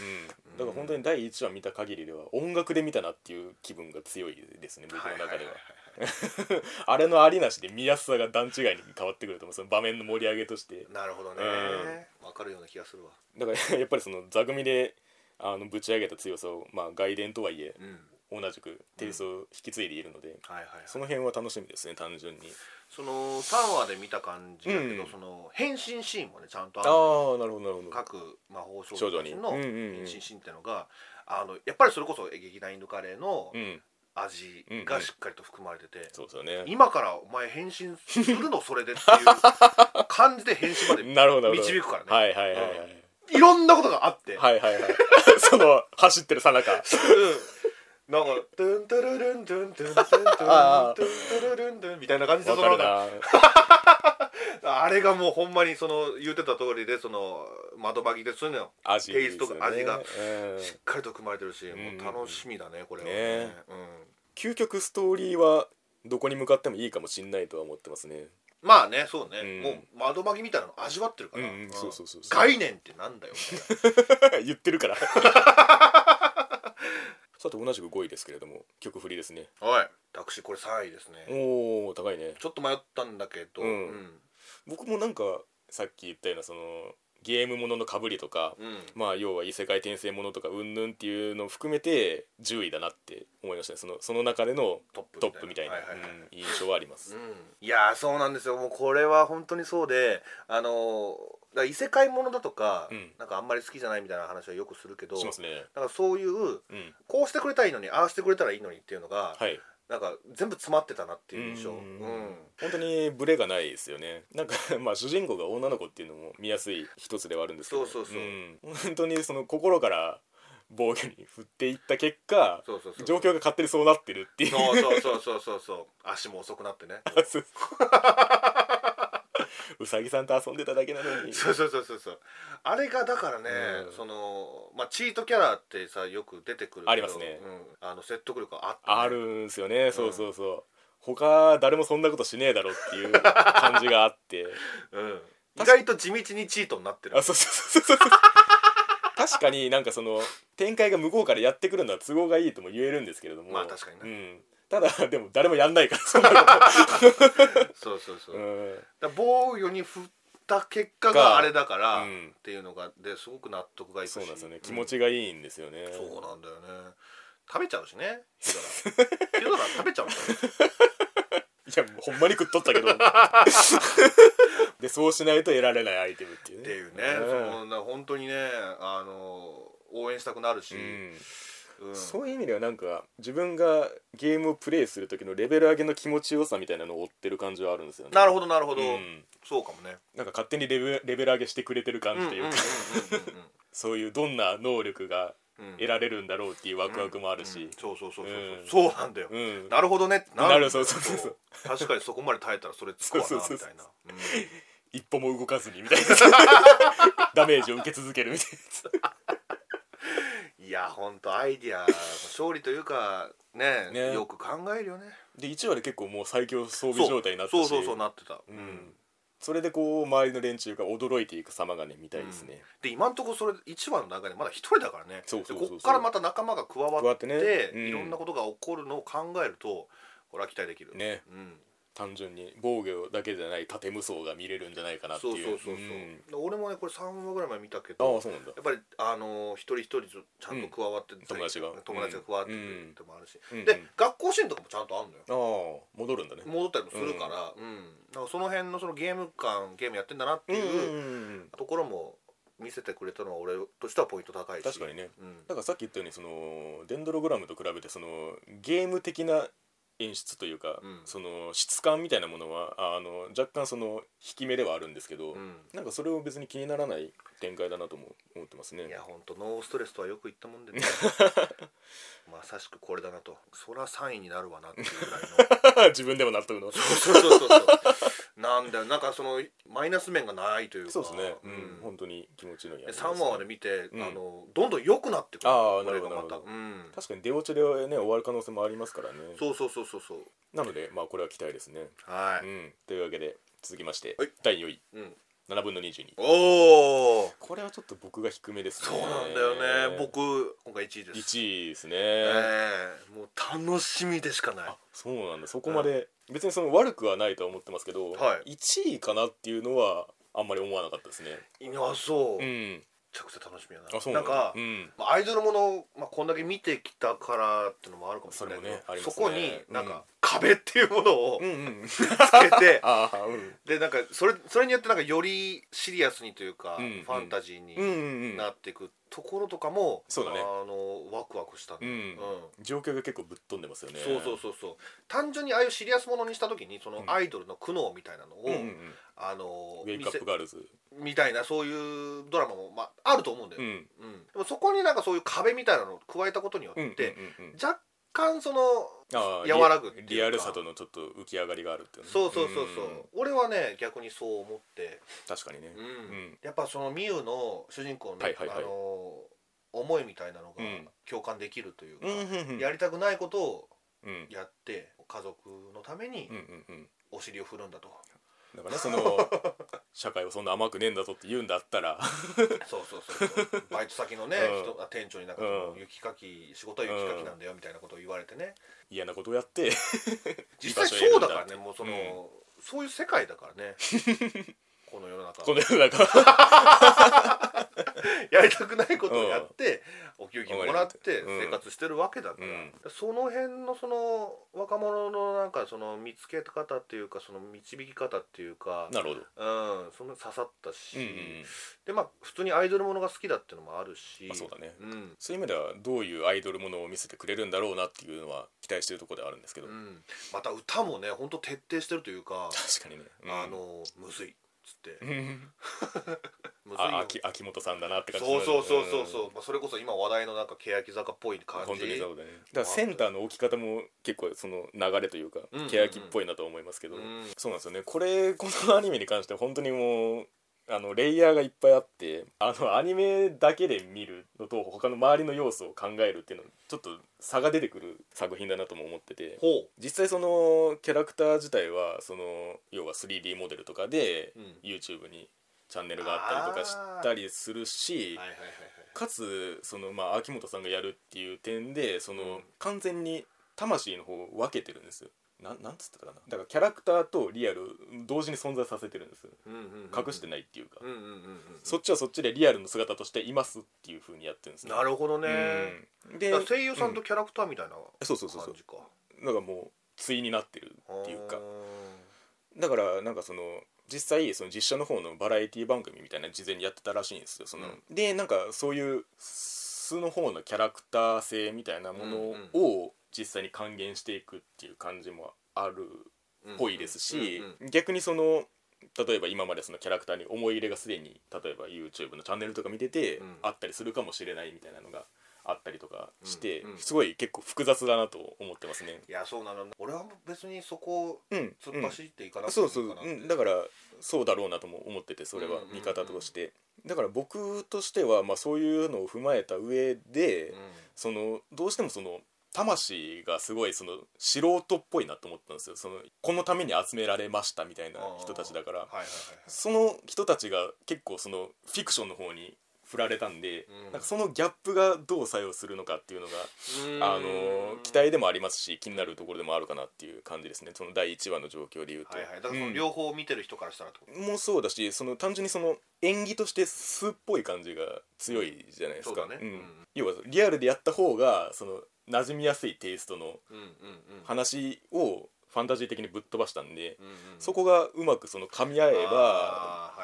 [SPEAKER 1] うん、だから本当に第1話見た限りでは音楽で見たなっていう気分が強いですね僕の中では あれのありなしで見やすさが段違いに変わってくると思うその場面の盛り上げとして
[SPEAKER 2] なるほどねわ、かるような気がするわ
[SPEAKER 1] だからやっぱりその座組であのぶち上げた強さを、まあ、外伝とはいえ
[SPEAKER 2] うん
[SPEAKER 1] 同じくテイストを引き継いでいるので、
[SPEAKER 2] はいはい、
[SPEAKER 1] そ
[SPEAKER 2] そ
[SPEAKER 1] の
[SPEAKER 2] の
[SPEAKER 1] 辺は楽しみですね単純に
[SPEAKER 2] 3話で見た感じだけど、
[SPEAKER 1] うん
[SPEAKER 2] その変身シーンもねちゃんと
[SPEAKER 1] あ
[SPEAKER 2] あ
[SPEAKER 1] あー
[SPEAKER 2] るの
[SPEAKER 1] なるほどなるほど
[SPEAKER 2] 各魔法少女たち
[SPEAKER 1] 少
[SPEAKER 2] の
[SPEAKER 1] 女
[SPEAKER 2] 変
[SPEAKER 1] にうんうんうん
[SPEAKER 2] 身シーンっていうのが、あのやっぱりそれこそ劇団インドカレーの
[SPEAKER 1] うん
[SPEAKER 2] 味がしっかりと含まれてて、
[SPEAKER 1] そうですよね
[SPEAKER 2] 今からお前変身するのそれでっていう感じで変身まで
[SPEAKER 1] なるほどなるほど
[SPEAKER 2] 導くからね、
[SPEAKER 1] はいはいはいはい、
[SPEAKER 2] いろんなことがあって、
[SPEAKER 1] はいはい はいその走ってるさなか
[SPEAKER 2] うんなんか「トゥントゥルルントゥントゥントゥントゥントゥントゥルルントゥン」みたいな感じで
[SPEAKER 1] わ
[SPEAKER 2] そ
[SPEAKER 1] か
[SPEAKER 2] の
[SPEAKER 1] るな
[SPEAKER 2] あれがもうほんまにその言ってた通りでその窓巻きでするのよ
[SPEAKER 1] 味
[SPEAKER 2] テイストが味が
[SPEAKER 1] うん
[SPEAKER 2] しっかりと組まれてるし、もう楽しみだねこれはね
[SPEAKER 1] ね
[SPEAKER 2] うん、
[SPEAKER 1] 究極ストーリーはどこに向かってもいいかもしんないとは思ってますね
[SPEAKER 2] まあねそうね、
[SPEAKER 1] うん
[SPEAKER 2] もう窓巻きみたいなの味わってるから、
[SPEAKER 1] うんうんそうそうそうそう
[SPEAKER 2] 概念ってなんだよみたいな
[SPEAKER 1] 言ってる からさて同じく5位ですけれども曲振りですね
[SPEAKER 2] はい私これ3位ですね
[SPEAKER 1] おお高いね
[SPEAKER 2] ちょっと迷ったんだけど、
[SPEAKER 1] うん
[SPEAKER 2] うん
[SPEAKER 1] 僕もなんかさっき言ったようなそのゲームもののかぶりとか、
[SPEAKER 2] うん
[SPEAKER 1] まあ要は異世界転生ものとかうんぬんっていうのを含めて10位だなって思いましたねそのその中での
[SPEAKER 2] トップ
[SPEAKER 1] トップみたいな
[SPEAKER 2] はいはいはい
[SPEAKER 1] うん印象はあります、
[SPEAKER 2] いやーそうなんですよもうこれは本当にそうであのーだから異世界ものだとか、
[SPEAKER 1] うん
[SPEAKER 2] なんかあんまり好きじゃないみたいな話はよくするけど
[SPEAKER 1] しますね
[SPEAKER 2] なんかそういう
[SPEAKER 1] うん
[SPEAKER 2] こうしてくれたらいいのにああしてくれたらいいのにっていうのが、
[SPEAKER 1] はい
[SPEAKER 2] なんか全部詰まってたなっていう印象
[SPEAKER 1] うん
[SPEAKER 2] うん
[SPEAKER 1] 本当にブレがないですよねなんか まあ主人公が女の子っていうのも見やすい一つではあるんですけど
[SPEAKER 2] そうそうそうん
[SPEAKER 1] 本当にその心から防御に振っていった結果
[SPEAKER 2] そうそうそう
[SPEAKER 1] 状況が勝手にそうなってるっていう
[SPEAKER 2] そうそうそうそうそうそう足も遅くなってね
[SPEAKER 1] そう うさぎさんと遊んでただけなのに
[SPEAKER 2] そうそうそうそうそうあれがだからね、
[SPEAKER 1] うん
[SPEAKER 2] そのまあチートキャラってさよく出てくるけど
[SPEAKER 1] ありますね
[SPEAKER 2] うん、あの説得力あったね、
[SPEAKER 1] あるんすよね、そうそうそう他誰もそんなことしねえだろっていう感じがあって
[SPEAKER 2] うん、意外と地道にチートになってる
[SPEAKER 1] あそうそうそうそうそう確かになんかその展開が向こうからやってくるのは都合がいいとも言えるんですけれども
[SPEAKER 2] まあ確かに
[SPEAKER 1] うん、ただでも誰もやんない からそんなこ
[SPEAKER 2] そうそう
[SPEAKER 1] と、
[SPEAKER 2] そ
[SPEAKER 1] う
[SPEAKER 2] う、
[SPEAKER 1] ん
[SPEAKER 2] だから防御に振った結果
[SPEAKER 1] が
[SPEAKER 2] があれだから、
[SPEAKER 1] うん
[SPEAKER 2] っていうのがですごく納得がいくし
[SPEAKER 1] そうなんですよね気持ちがいいんですよね、
[SPEAKER 2] うんそうなんだよね食べちゃうしね ヒドラヒドラ食べちゃうんだよね
[SPEAKER 1] いやほんまに食っとったけどでそうしないと得られないアイテムっていうね
[SPEAKER 2] っていうね、
[SPEAKER 1] ん
[SPEAKER 2] そのな本当にねあの応援したくなるし、
[SPEAKER 1] うん
[SPEAKER 2] うん
[SPEAKER 1] そういう意味ではなんか自分がゲームをプレイする時のレベル上げの気持ちよさみたいなのを追ってる感じはあるんですよね
[SPEAKER 2] なるほ
[SPEAKER 1] ど
[SPEAKER 2] どなるほど、
[SPEAKER 1] うん、
[SPEAKER 2] そうかもね
[SPEAKER 1] なんか勝手にレベルレベル上げしてくれてる感じというか、そういうどんな能力が 得られるんだろうっていうワクワクもあるし
[SPEAKER 2] そうそうそうそう、
[SPEAKER 1] うん
[SPEAKER 2] そうなんだよ、
[SPEAKER 1] うん、
[SPEAKER 2] なるほどねって
[SPEAKER 1] な
[SPEAKER 2] だよ
[SPEAKER 1] るそうそうそうそう
[SPEAKER 2] 確かにそこまで耐えたらそれつくわな
[SPEAKER 1] そう
[SPEAKER 2] み
[SPEAKER 1] そうそう
[SPEAKER 2] たいなうん
[SPEAKER 1] 一歩も動かずにみ たいなダメージを受け続けるみたい
[SPEAKER 2] いやほんとアイディアの勝利というかね
[SPEAKER 1] ね
[SPEAKER 2] よく考えるよね
[SPEAKER 1] なで1話で結構もう最強装備
[SPEAKER 2] そう
[SPEAKER 1] 状態になったし
[SPEAKER 2] そうそうそうなってた、
[SPEAKER 1] う
[SPEAKER 2] うん
[SPEAKER 1] ん、それでこう周りの連中が驚いていく様がね見たいですね、
[SPEAKER 2] で今んところそれ1話の中でまだ一人だからね
[SPEAKER 1] そうそうそうそう
[SPEAKER 2] でこっからまた仲間が加わって
[SPEAKER 1] 加わってねうん
[SPEAKER 2] いろんなことが起こるのを考えるとこれは期待できる
[SPEAKER 1] ね
[SPEAKER 2] うん、
[SPEAKER 1] 単純に防御だけじゃない盾無双が見れるんじゃないかなって
[SPEAKER 2] そうそう
[SPEAKER 1] いう
[SPEAKER 2] そうそう、
[SPEAKER 1] ん
[SPEAKER 2] で俺もねこれ3話ぐらい前見たけ
[SPEAKER 1] あ
[SPEAKER 2] ど
[SPEAKER 1] あそうなんだ
[SPEAKER 2] やっぱりあのー一人一人ちゃんと加わって、
[SPEAKER 1] 友達が
[SPEAKER 2] 友達が加わってく
[SPEAKER 1] う
[SPEAKER 2] る
[SPEAKER 1] ん
[SPEAKER 2] ってもあるし、
[SPEAKER 1] うん
[SPEAKER 2] で学校シーンとかもちゃんとあるのよ
[SPEAKER 1] ああ戻るんだね
[SPEAKER 2] 戻ったりもするから、うんなんかその辺のそのゲーム感ゲームやってんだなっていう
[SPEAKER 1] うん
[SPEAKER 2] ところも見せてくれたのは俺としてはポイント高いし
[SPEAKER 1] 確かにね
[SPEAKER 2] うん、
[SPEAKER 1] だからさっき言ったようにそのデンドログラムと比べてそのゲーム的な演出というか、
[SPEAKER 2] うん
[SPEAKER 1] その質感みたいなものはあの若干その引き目ではあるんですけど、
[SPEAKER 2] う
[SPEAKER 1] なんかそれを別に気にならない展開だなとも思ってますね
[SPEAKER 2] ん、いや本当ノーストレスとはよく言ったもんでねまさしくこれだなとそりゃ3位になるわなっていうぐら いの
[SPEAKER 1] 自分でも納得の
[SPEAKER 2] そうそうそうそうなんだよなんかそのマイナス面がないというか
[SPEAKER 1] そうですね、うん
[SPEAKER 2] うん
[SPEAKER 1] 本当に気持ちのいい話
[SPEAKER 2] で
[SPEAKER 1] です
[SPEAKER 2] 3話まで見て、
[SPEAKER 1] うん
[SPEAKER 2] あのどんどん良くなってくる
[SPEAKER 1] あー
[SPEAKER 2] これが
[SPEAKER 1] なる
[SPEAKER 2] ま
[SPEAKER 1] ほ
[SPEAKER 2] た、
[SPEAKER 1] ど
[SPEAKER 2] うん、
[SPEAKER 1] 確かに出落ちで、ね、終わる可能性もありますからね
[SPEAKER 2] そうそうそうそうそう
[SPEAKER 1] なのでまあこれは期待ですね、
[SPEAKER 2] は
[SPEAKER 1] う
[SPEAKER 2] い、
[SPEAKER 1] ん、というわけで続きまして、
[SPEAKER 2] はい
[SPEAKER 1] 第4位
[SPEAKER 2] うん、
[SPEAKER 1] 7分の22
[SPEAKER 2] おお
[SPEAKER 1] これはちょっと僕が低めです
[SPEAKER 2] そうなんだよね僕今回1位です
[SPEAKER 1] 1位ですね、
[SPEAKER 2] ええもう楽しみでしかない
[SPEAKER 1] あそうなんだそこまで、別にその悪くはないとは思ってますけど、
[SPEAKER 2] は
[SPEAKER 1] 1位かなっていうのはあんまり思わなかったですね
[SPEAKER 2] いやそう、
[SPEAKER 1] う
[SPEAKER 2] め
[SPEAKER 1] ん
[SPEAKER 2] ちゃくちゃ楽しみやな
[SPEAKER 1] あそう
[SPEAKER 2] なんか、
[SPEAKER 1] うん、
[SPEAKER 2] まあアイドルもの、まあ、こんだけ見てきたからってのもあるかもしれない
[SPEAKER 1] そ
[SPEAKER 2] けど
[SPEAKER 1] れもねありま
[SPEAKER 2] そ
[SPEAKER 1] すね
[SPEAKER 2] こになんか、
[SPEAKER 1] うん
[SPEAKER 2] 壁っていうものを
[SPEAKER 1] うんうん
[SPEAKER 2] つけて、
[SPEAKER 1] ああ うん
[SPEAKER 2] でなんかそれそれによってなんかよりシリアスにというか、
[SPEAKER 1] うんうん
[SPEAKER 2] ファンタジーに
[SPEAKER 1] うんうん
[SPEAKER 2] なっていくところとかも、
[SPEAKER 1] そうだね
[SPEAKER 2] あのワクワクしたね、
[SPEAKER 1] うん、うん、状況が結構ぶっ飛んでますよね
[SPEAKER 2] そうそうそうそう単純にああいうシリアスものにした時にその
[SPEAKER 1] うん
[SPEAKER 2] アイドルの苦悩みたいなの
[SPEAKER 1] う
[SPEAKER 2] を、
[SPEAKER 1] んうんうん
[SPEAKER 2] あの
[SPEAKER 1] ウェイクアップガールズ
[SPEAKER 2] 見せみたいなそういうドラマも、まあ、あると思うんだよ、
[SPEAKER 1] う
[SPEAKER 2] うん
[SPEAKER 1] ん
[SPEAKER 2] でもそこになんかそういう壁みたいなのを加えたことによって、
[SPEAKER 1] うんうんうん
[SPEAKER 2] 若干その
[SPEAKER 1] ああ
[SPEAKER 2] 和らぐっていうか
[SPEAKER 1] リアルさとのちょっと浮き上がりがあるっていうね
[SPEAKER 2] そうそうそうそう、
[SPEAKER 1] ん
[SPEAKER 2] 俺はね逆にそう思って、
[SPEAKER 1] 確かにね
[SPEAKER 2] うん
[SPEAKER 1] ん
[SPEAKER 2] やっぱそのミユの主人公の、
[SPEAKER 1] はいはいはい
[SPEAKER 2] あの思いみたいなのが
[SPEAKER 1] うん
[SPEAKER 2] 共感できるというか、
[SPEAKER 1] うんうんうん
[SPEAKER 2] やりたくないことを
[SPEAKER 1] うん
[SPEAKER 2] やって家族のために
[SPEAKER 1] うんうんうん
[SPEAKER 2] お尻を振るんだと、
[SPEAKER 1] だからねそ の社会はそんな甘くねえんだぞって言うんだったら
[SPEAKER 2] そうそうそうそうバイト先のね、
[SPEAKER 1] うん
[SPEAKER 2] 人あ店長になんか
[SPEAKER 1] うん
[SPEAKER 2] 雪かき仕事は雪かきなんだよみたいなことを言われてね
[SPEAKER 1] 嫌なことをやって
[SPEAKER 2] 実際そうだからねもうその、
[SPEAKER 1] うん
[SPEAKER 2] そういう世界だか らねこの世の中
[SPEAKER 1] この世 の中
[SPEAKER 2] やりたくないことをやって、お給金もらって
[SPEAKER 1] うん
[SPEAKER 2] 生活してるわけだから、
[SPEAKER 1] うん
[SPEAKER 2] その辺のその若者のなんかその見つけ方っていうかその導き方っていうか
[SPEAKER 1] なるほど
[SPEAKER 2] うんその刺さったし、
[SPEAKER 1] うんうんうん
[SPEAKER 2] でまあ普通にアイドルものが好きだっていうのもあるし、
[SPEAKER 1] まあそうだね
[SPEAKER 2] うん
[SPEAKER 1] そういう意味ではどういうアイドルものを見せてくれるんだろうなっていうのは期待してるところではあるんですけど、
[SPEAKER 2] うんまた歌もね本当徹底してるというか、
[SPEAKER 1] 確かにね、うん
[SPEAKER 2] あのむずいっつって
[SPEAKER 1] うん
[SPEAKER 2] むずい
[SPEAKER 1] あ
[SPEAKER 2] よ
[SPEAKER 1] 秋秋元さんだなって感じ
[SPEAKER 2] そうそうそうそうそうう、まあ、それこそ今話題のなんか欅坂っぽい感
[SPEAKER 1] ん本当に
[SPEAKER 2] じ
[SPEAKER 1] そうだねだからセンターの置き方も結構その流れというか
[SPEAKER 2] うんうんうん
[SPEAKER 1] 欅っぽいなと思いますけど、
[SPEAKER 2] うん
[SPEAKER 1] そうなんですよねこれこのアニメに関しては本当にもうあのレイヤーがいっぱいあってあのアニメだけで見るのと他の周りの要素を考えるっていうのちょっと差が出てくる作品だなとも思ってて
[SPEAKER 2] ほ
[SPEAKER 1] 実際そのキャラクター自体はその要は 3D モデルとかで
[SPEAKER 2] う、うん
[SPEAKER 1] YouTube にチャンネルがあったりとかしたりするし
[SPEAKER 2] はいはいはいはい
[SPEAKER 1] かつそのまあ秋元さんがやるっていう点でその、
[SPEAKER 2] うん
[SPEAKER 1] 完全に魂の方を分けてるんですよなんなんつったかなだからキャラクターとリアル同時に存在させてるんです
[SPEAKER 2] うんうんうんうん
[SPEAKER 1] 隠してないっていうか、
[SPEAKER 2] うんうんうんうん
[SPEAKER 1] そっちはそっちでリアルの姿としていますっていう風にやってるんです
[SPEAKER 2] なるほどね、
[SPEAKER 1] うんで
[SPEAKER 2] だから声優さんとキャラクターみたいな
[SPEAKER 1] そうそうそうそ
[SPEAKER 2] 感
[SPEAKER 1] う
[SPEAKER 2] じか、
[SPEAKER 1] なんかもう対になってるっていうか
[SPEAKER 2] あー
[SPEAKER 1] だからなんかその実際その実写の方のバラエティ番組みたいなの事前にやってたらしいんですよその、
[SPEAKER 2] うん
[SPEAKER 1] でなんかそういうす素の方のキャラクター性みたいなものを実際に還元していくっていう感じもあるっぽいですし
[SPEAKER 2] うんうん
[SPEAKER 1] 逆にその例えば今までそのキャラクターに思い入れがすでに例えば YouTube のチャンネルとか見てて、
[SPEAKER 2] うん
[SPEAKER 1] あったりするかもしれないみたいなのがあったりとかして、
[SPEAKER 2] うんうん
[SPEAKER 1] すごい結構複雑だなと思ってますね。
[SPEAKER 2] いやそうなの俺は別にそこを
[SPEAKER 1] うん、
[SPEAKER 2] 突っ走っていかな
[SPEAKER 1] うん
[SPEAKER 2] くて
[SPEAKER 1] そ
[SPEAKER 2] い
[SPEAKER 1] う
[SPEAKER 2] い
[SPEAKER 1] そう、
[SPEAKER 2] のかな
[SPEAKER 1] うん、だからそうだろうなとも思っててそれは
[SPEAKER 2] うんうんうん
[SPEAKER 1] 見方として、だから僕としては、まあ、そういうのを踏まえた上で、そのどうしてもその魂がすごいその素人っぽいなと思ったんですよそのこのために集められましたみたいな人たちだから
[SPEAKER 2] はいはいはい
[SPEAKER 1] その人たちが結構そのフィクションの方に振られたんで、
[SPEAKER 2] うん
[SPEAKER 1] なんかそのギャップがどう作用するのかっていうのが、
[SPEAKER 2] はい
[SPEAKER 1] あの期待でもありますし気になるところでもあるかなっていう感じですねその第1話の状況で言うと。
[SPEAKER 2] はいはいだからその
[SPEAKER 1] うん
[SPEAKER 2] 両方見てる人からしたらってこと
[SPEAKER 1] もそうだしその単純にその演技として素っぽい感じが強いじゃないです
[SPEAKER 2] そ
[SPEAKER 1] か
[SPEAKER 2] うだね
[SPEAKER 1] ん
[SPEAKER 2] うん
[SPEAKER 1] 要はリアルでやった方がその馴染みやすいテイストの
[SPEAKER 2] うんうんうん
[SPEAKER 1] 話をファンタジー的にぶっ飛ばしたんで、
[SPEAKER 2] うんうん
[SPEAKER 1] そこがうまくその噛み合えば
[SPEAKER 2] あーは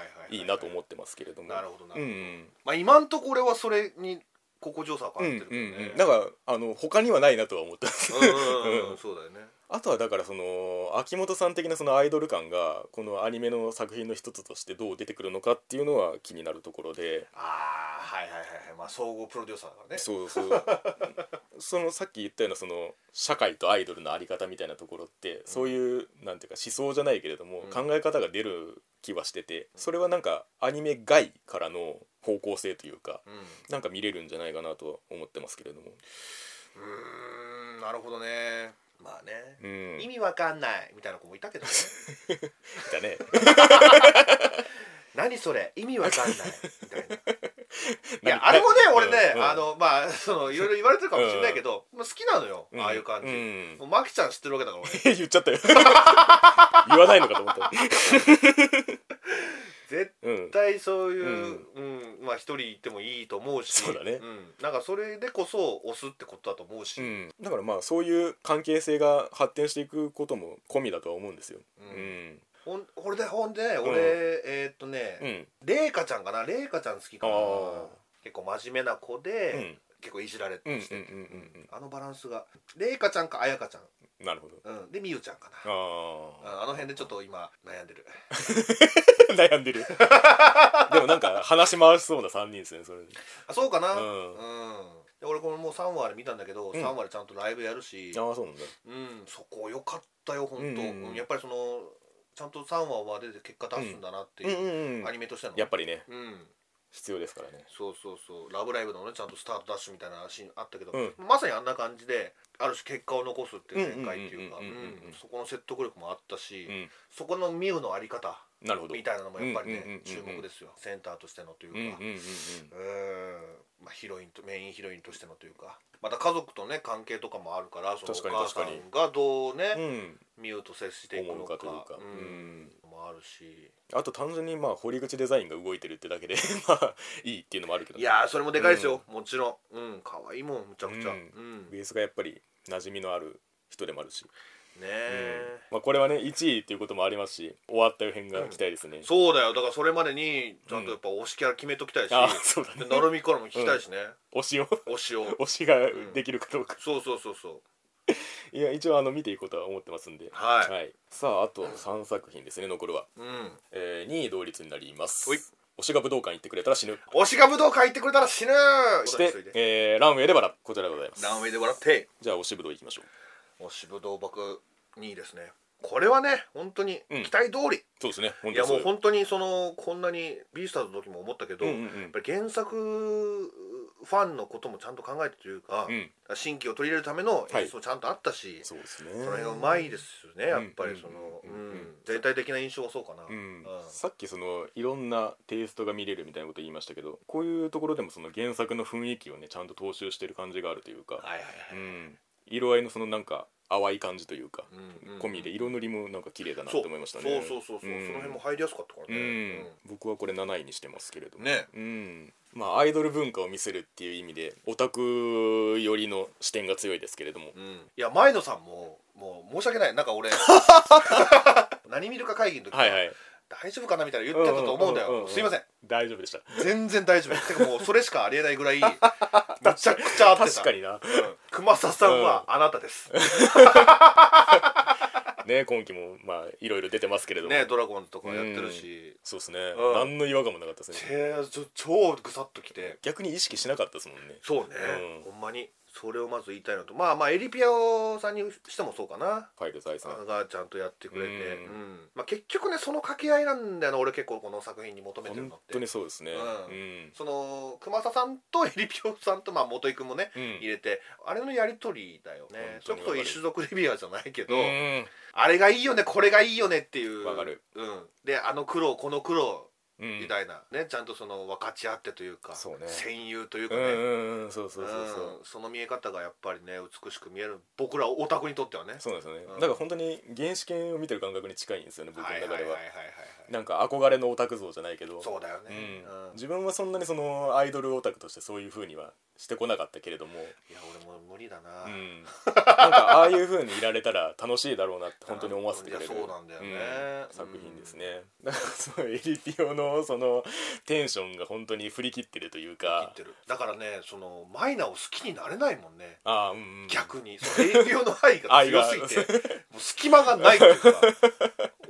[SPEAKER 2] いはいは
[SPEAKER 1] い
[SPEAKER 2] い
[SPEAKER 1] なと思ってますけれども。
[SPEAKER 2] なるほどなる
[SPEAKER 1] う
[SPEAKER 2] ほど
[SPEAKER 1] ん
[SPEAKER 2] まあ今んとこ俺はそれにここ上査は
[SPEAKER 1] うんう
[SPEAKER 2] 変
[SPEAKER 1] ん
[SPEAKER 2] ってるけどね
[SPEAKER 1] うんだからあの他にはないなとは思ったんです
[SPEAKER 2] うんうんうん
[SPEAKER 1] う
[SPEAKER 2] うんんそうだよね
[SPEAKER 1] あとはだからその秋元さん的なそのアイドル感がこのアニメの作品の一つとしてどう出てくるのかっていうのは気になるところで
[SPEAKER 2] ああはいはいはいはいまあ総合プロデューサーだからね
[SPEAKER 1] そうそうそのさっき言ったようなその社会とアイドルのあり方みたいなところってそういう、なんていうか思想じゃないけれども、
[SPEAKER 2] うん
[SPEAKER 1] 考え方が出る気はしててそれはなんかアニメ外からの方向性というか
[SPEAKER 2] うん
[SPEAKER 1] なんか見れるんじゃないかなとは思ってますけれども、
[SPEAKER 2] うーんなるほどねまあね、
[SPEAKER 1] うん、
[SPEAKER 2] 意味わかんないみたいな子もいたけどね
[SPEAKER 1] だね
[SPEAKER 2] 何それ意味わかんないみたいない
[SPEAKER 1] 何
[SPEAKER 2] やあれもね
[SPEAKER 1] 何
[SPEAKER 2] 俺ね、
[SPEAKER 1] うんうん
[SPEAKER 2] あのまあ そのいろいろ言われてるかもしれないけど、まあ、好きなのよ、
[SPEAKER 1] うん
[SPEAKER 2] ああいう感じ、
[SPEAKER 1] うん
[SPEAKER 2] もうマキちゃん知ってるわけだから俺
[SPEAKER 1] 言っちゃったよ 言わないのかと思った、
[SPEAKER 2] 絶
[SPEAKER 1] うん、
[SPEAKER 2] 対そういう、うんまあ一人いてもいいと思うし
[SPEAKER 1] そうだね
[SPEAKER 2] ん、なんかそれでこそ押すってことだと思うし、
[SPEAKER 1] うん、だからまあそういう関係性が発展していくことも込みだとは思うんですよ。うん、
[SPEAKER 2] ほんほんでほんで俺、
[SPEAKER 1] うん
[SPEAKER 2] えーっと
[SPEAKER 1] う
[SPEAKER 2] ね
[SPEAKER 1] ん、
[SPEAKER 2] 麗華、ちゃんかな麗華ちゃん好きかな
[SPEAKER 1] あー
[SPEAKER 2] 結構真面目な子
[SPEAKER 1] う
[SPEAKER 2] で、
[SPEAKER 1] ん
[SPEAKER 2] 結構いじられ
[SPEAKER 1] うんうん
[SPEAKER 2] てして、
[SPEAKER 1] うんうん
[SPEAKER 2] あのバランスが麗華ちゃんか彩香ちゃ
[SPEAKER 1] うんなるほど
[SPEAKER 2] ん、うん、で美羽ちゃんかな
[SPEAKER 1] あ
[SPEAKER 2] ああの辺でちょっと今悩んでる
[SPEAKER 1] あ 悩ん でるでもなんか話し回しそうな3人ですねそれ
[SPEAKER 2] あそうかな
[SPEAKER 1] う
[SPEAKER 2] うんん、で俺これもう3話で見たんだけど、
[SPEAKER 1] うん
[SPEAKER 2] 3話でちゃんとライブやるし
[SPEAKER 1] ああそうなんだ
[SPEAKER 2] うんそこ良かったよ本当、
[SPEAKER 1] う
[SPEAKER 2] うんん
[SPEAKER 1] うんうん
[SPEAKER 2] やっぱりそのちゃんと3話までで結果出すんだなって
[SPEAKER 1] うん
[SPEAKER 2] いう、
[SPEAKER 1] うんう
[SPEAKER 2] ア
[SPEAKER 1] ん
[SPEAKER 2] ニメとしての
[SPEAKER 1] やっぱりね
[SPEAKER 2] うん
[SPEAKER 1] 必要ですからね
[SPEAKER 2] そうそうそう「ラブライブ!」のねちゃんとスタートダッシュみたいなシーンあったけど、
[SPEAKER 1] うん
[SPEAKER 2] まさにあんな感じである種結果を残すっていう展開っていうか
[SPEAKER 1] うんうんうんうんうんうん
[SPEAKER 2] うんそこの説得力もあったし、
[SPEAKER 1] うん
[SPEAKER 2] そこのミュウのあり方
[SPEAKER 1] なるほど
[SPEAKER 2] みたいなのもやっぱり
[SPEAKER 1] うんうんうん
[SPEAKER 2] ね
[SPEAKER 1] うんう
[SPEAKER 2] 注
[SPEAKER 1] ん
[SPEAKER 2] 目ですよセンターとしてのという
[SPEAKER 1] うんうん
[SPEAKER 2] か
[SPEAKER 1] うんうん
[SPEAKER 2] うーんまあヒロインとメインヒロインとしてのというかまた家族とね関係とかもあるからそのお
[SPEAKER 1] 確かに
[SPEAKER 2] 母さんがどう
[SPEAKER 1] う
[SPEAKER 2] ね
[SPEAKER 1] ん
[SPEAKER 2] ミュウと接していく
[SPEAKER 1] 思
[SPEAKER 2] の
[SPEAKER 1] うかと
[SPEAKER 2] か
[SPEAKER 1] いうか
[SPEAKER 2] うん
[SPEAKER 1] うん
[SPEAKER 2] もあるし
[SPEAKER 1] あと単純にまあ堀口デザインが動いてるってだけで まあいいっていうのもあるけど
[SPEAKER 2] い
[SPEAKER 1] ね
[SPEAKER 2] やーそれもでかいですよもちろんうん可愛いもんむちゃくちゃ
[SPEAKER 1] う
[SPEAKER 2] うんん
[SPEAKER 1] ベースがやっぱり馴染みのある人でもあるし、
[SPEAKER 2] ね
[SPEAKER 1] うん
[SPEAKER 2] え、
[SPEAKER 1] まあ、これはね1位っていうこともありますし終わった編が期待ですね、
[SPEAKER 2] そうだよだからそれまでにちゃんとやっぱ推しキャラ決めときたいし、
[SPEAKER 1] ああそうだね
[SPEAKER 2] でなるみからも聞きたいしね、
[SPEAKER 1] 推しを
[SPEAKER 2] 推しを
[SPEAKER 1] 推しができるかどうか
[SPEAKER 2] そうそうそうそう
[SPEAKER 1] いや一応あの見ていこうとは思ってますんでは
[SPEAKER 2] はい
[SPEAKER 1] さああと3作品ですね残るは、
[SPEAKER 2] うん
[SPEAKER 1] え2位同率になります
[SPEAKER 2] ほい
[SPEAKER 1] 推しが武道館行ってくれたら死ぬ
[SPEAKER 2] 推しが武道館行ってくれたら死ぬ
[SPEAKER 1] そし
[SPEAKER 2] 急い
[SPEAKER 1] て、
[SPEAKER 2] で
[SPEAKER 1] えーランウェイでバラこちらでございます
[SPEAKER 2] ランウェイで笑って
[SPEAKER 1] じゃあ推し武道行きましょう
[SPEAKER 2] 推し武道爆2位ですねこれはね本当に
[SPEAKER 1] うん
[SPEAKER 2] 期待通り、
[SPEAKER 1] そうですね本
[SPEAKER 2] い
[SPEAKER 1] 当
[SPEAKER 2] や
[SPEAKER 1] にそ
[SPEAKER 2] も
[SPEAKER 1] う
[SPEAKER 2] う
[SPEAKER 1] よ
[SPEAKER 2] 本当にそのこんなにビースターズの時も思ったけど、
[SPEAKER 1] うんうんう
[SPEAKER 2] やっ
[SPEAKER 1] ん
[SPEAKER 2] ぱり原作ファンのこともちゃんと考えてというか、
[SPEAKER 1] うん
[SPEAKER 2] 新規を取り入れるための演出もちゃんとあったし、
[SPEAKER 1] そうですね
[SPEAKER 2] その辺がうまいですよねやっぱ
[SPEAKER 1] うん
[SPEAKER 2] りその、
[SPEAKER 1] う
[SPEAKER 2] うんん
[SPEAKER 1] うん
[SPEAKER 2] 全体的な印象はそうかな、
[SPEAKER 1] うん
[SPEAKER 2] ああ
[SPEAKER 1] さっきそのいろんなテイストが見れるみたいなこと言いましたけどこういうところでもその原作の雰囲気をねちゃんと踏襲してる感じがあるというか、
[SPEAKER 2] はいはい
[SPEAKER 1] うん、色合いのそのなんか淡い感じというか、
[SPEAKER 2] うんうん
[SPEAKER 1] 込みで色塗りもなんか綺麗だなと
[SPEAKER 2] そう
[SPEAKER 1] 思いましたね
[SPEAKER 2] そうそうそうそう、
[SPEAKER 1] ん
[SPEAKER 2] その辺も入りやすかったから
[SPEAKER 1] うん
[SPEAKER 2] ね、
[SPEAKER 1] 僕はこれ7位にしてますけれども
[SPEAKER 2] ね
[SPEAKER 1] うんまあアイドル文化を見せるっていう意味でオタク寄りの視点が強いですけれども
[SPEAKER 2] うんいや 前野さんももう申し訳ないなんか俺何見るか会議の時、
[SPEAKER 1] はいはい
[SPEAKER 2] 大丈夫かなみたいな言ってたと思うん
[SPEAKER 1] う
[SPEAKER 2] だ
[SPEAKER 1] んうんうん
[SPEAKER 2] よ
[SPEAKER 1] うん
[SPEAKER 2] すいません
[SPEAKER 1] 大丈夫でした
[SPEAKER 2] 全然大丈夫ですてかもうそれしかありえないぐ らいめちゃくちゃ合ってた
[SPEAKER 1] 確かにな
[SPEAKER 2] うん熊佐さんはあなたです、
[SPEAKER 1] ね今期もまあいろいろ出てますけれども、
[SPEAKER 2] ねドラゴンズとかやってるし、
[SPEAKER 1] そうですね、
[SPEAKER 2] うん
[SPEAKER 1] 何の違和感もなかったですね
[SPEAKER 2] へーちょ超ぐさっときて
[SPEAKER 1] 逆に意識しなかったですもんね
[SPEAKER 2] そうね、
[SPEAKER 1] う
[SPEAKER 2] ほんまにそれをまず言いたいのとまあまあエリピアオさんにしてもそうかな
[SPEAKER 1] パイル財産
[SPEAKER 2] がちゃんとやってくれて、
[SPEAKER 1] う
[SPEAKER 2] うんんまあ、結局ねその掛け合いなんだよな俺結構この作品に求めてるのっ
[SPEAKER 1] 本
[SPEAKER 2] て
[SPEAKER 1] 当にそうですね
[SPEAKER 2] う
[SPEAKER 1] うん、
[SPEAKER 2] その熊佐さんとエリピオさんと、まあ、元井君もね
[SPEAKER 1] うん
[SPEAKER 2] 入れてあれのやり取りだよねそ
[SPEAKER 1] 本
[SPEAKER 2] れ
[SPEAKER 1] 当にわ
[SPEAKER 2] こそ
[SPEAKER 1] かる
[SPEAKER 2] 一種族レビュアーじゃないけど、
[SPEAKER 1] うん
[SPEAKER 2] あれがいいよねこれがいいよねっていう
[SPEAKER 1] わかる、
[SPEAKER 2] うん、であの苦労この苦労
[SPEAKER 1] うん
[SPEAKER 2] みたいな、ねちゃんとその分かち合ってというか
[SPEAKER 1] そうね
[SPEAKER 2] 戦友というか
[SPEAKER 1] う
[SPEAKER 2] ね、
[SPEAKER 1] んうんうんそうそうそうそう、
[SPEAKER 2] うんその見え方がやっぱりね美しく見える僕らオタクにとってはね
[SPEAKER 1] そうなんですよね、
[SPEAKER 2] うん
[SPEAKER 1] だから本当に原始圏を見てる感覚に近いんですよね僕の中では,、
[SPEAKER 2] はいはいはいはいはい
[SPEAKER 1] なんか憧れのオタク像じゃないけど
[SPEAKER 2] そうだよね
[SPEAKER 1] う、ん
[SPEAKER 2] うんい
[SPEAKER 1] 自分はそんなにそのアイドルオタクとしてそういう風にはしてこなかったけれども、
[SPEAKER 2] や俺も無理だな、
[SPEAKER 1] うん、なんかああいう風にいられたら楽しいだろう なって本当に思わせてくれる
[SPEAKER 2] いやそうなんだよね
[SPEAKER 1] うん作品ですね、だからそのエリピオのそのテンションが本当に振り切ってるという
[SPEAKER 2] 言
[SPEAKER 1] か
[SPEAKER 2] ってるだからねそのマイナを好きになれないもんね
[SPEAKER 1] ああうん、うん、
[SPEAKER 2] 逆にその営業の愛 が
[SPEAKER 1] 愛
[SPEAKER 2] 強
[SPEAKER 1] が
[SPEAKER 2] すぎてもう隙間がないっていうか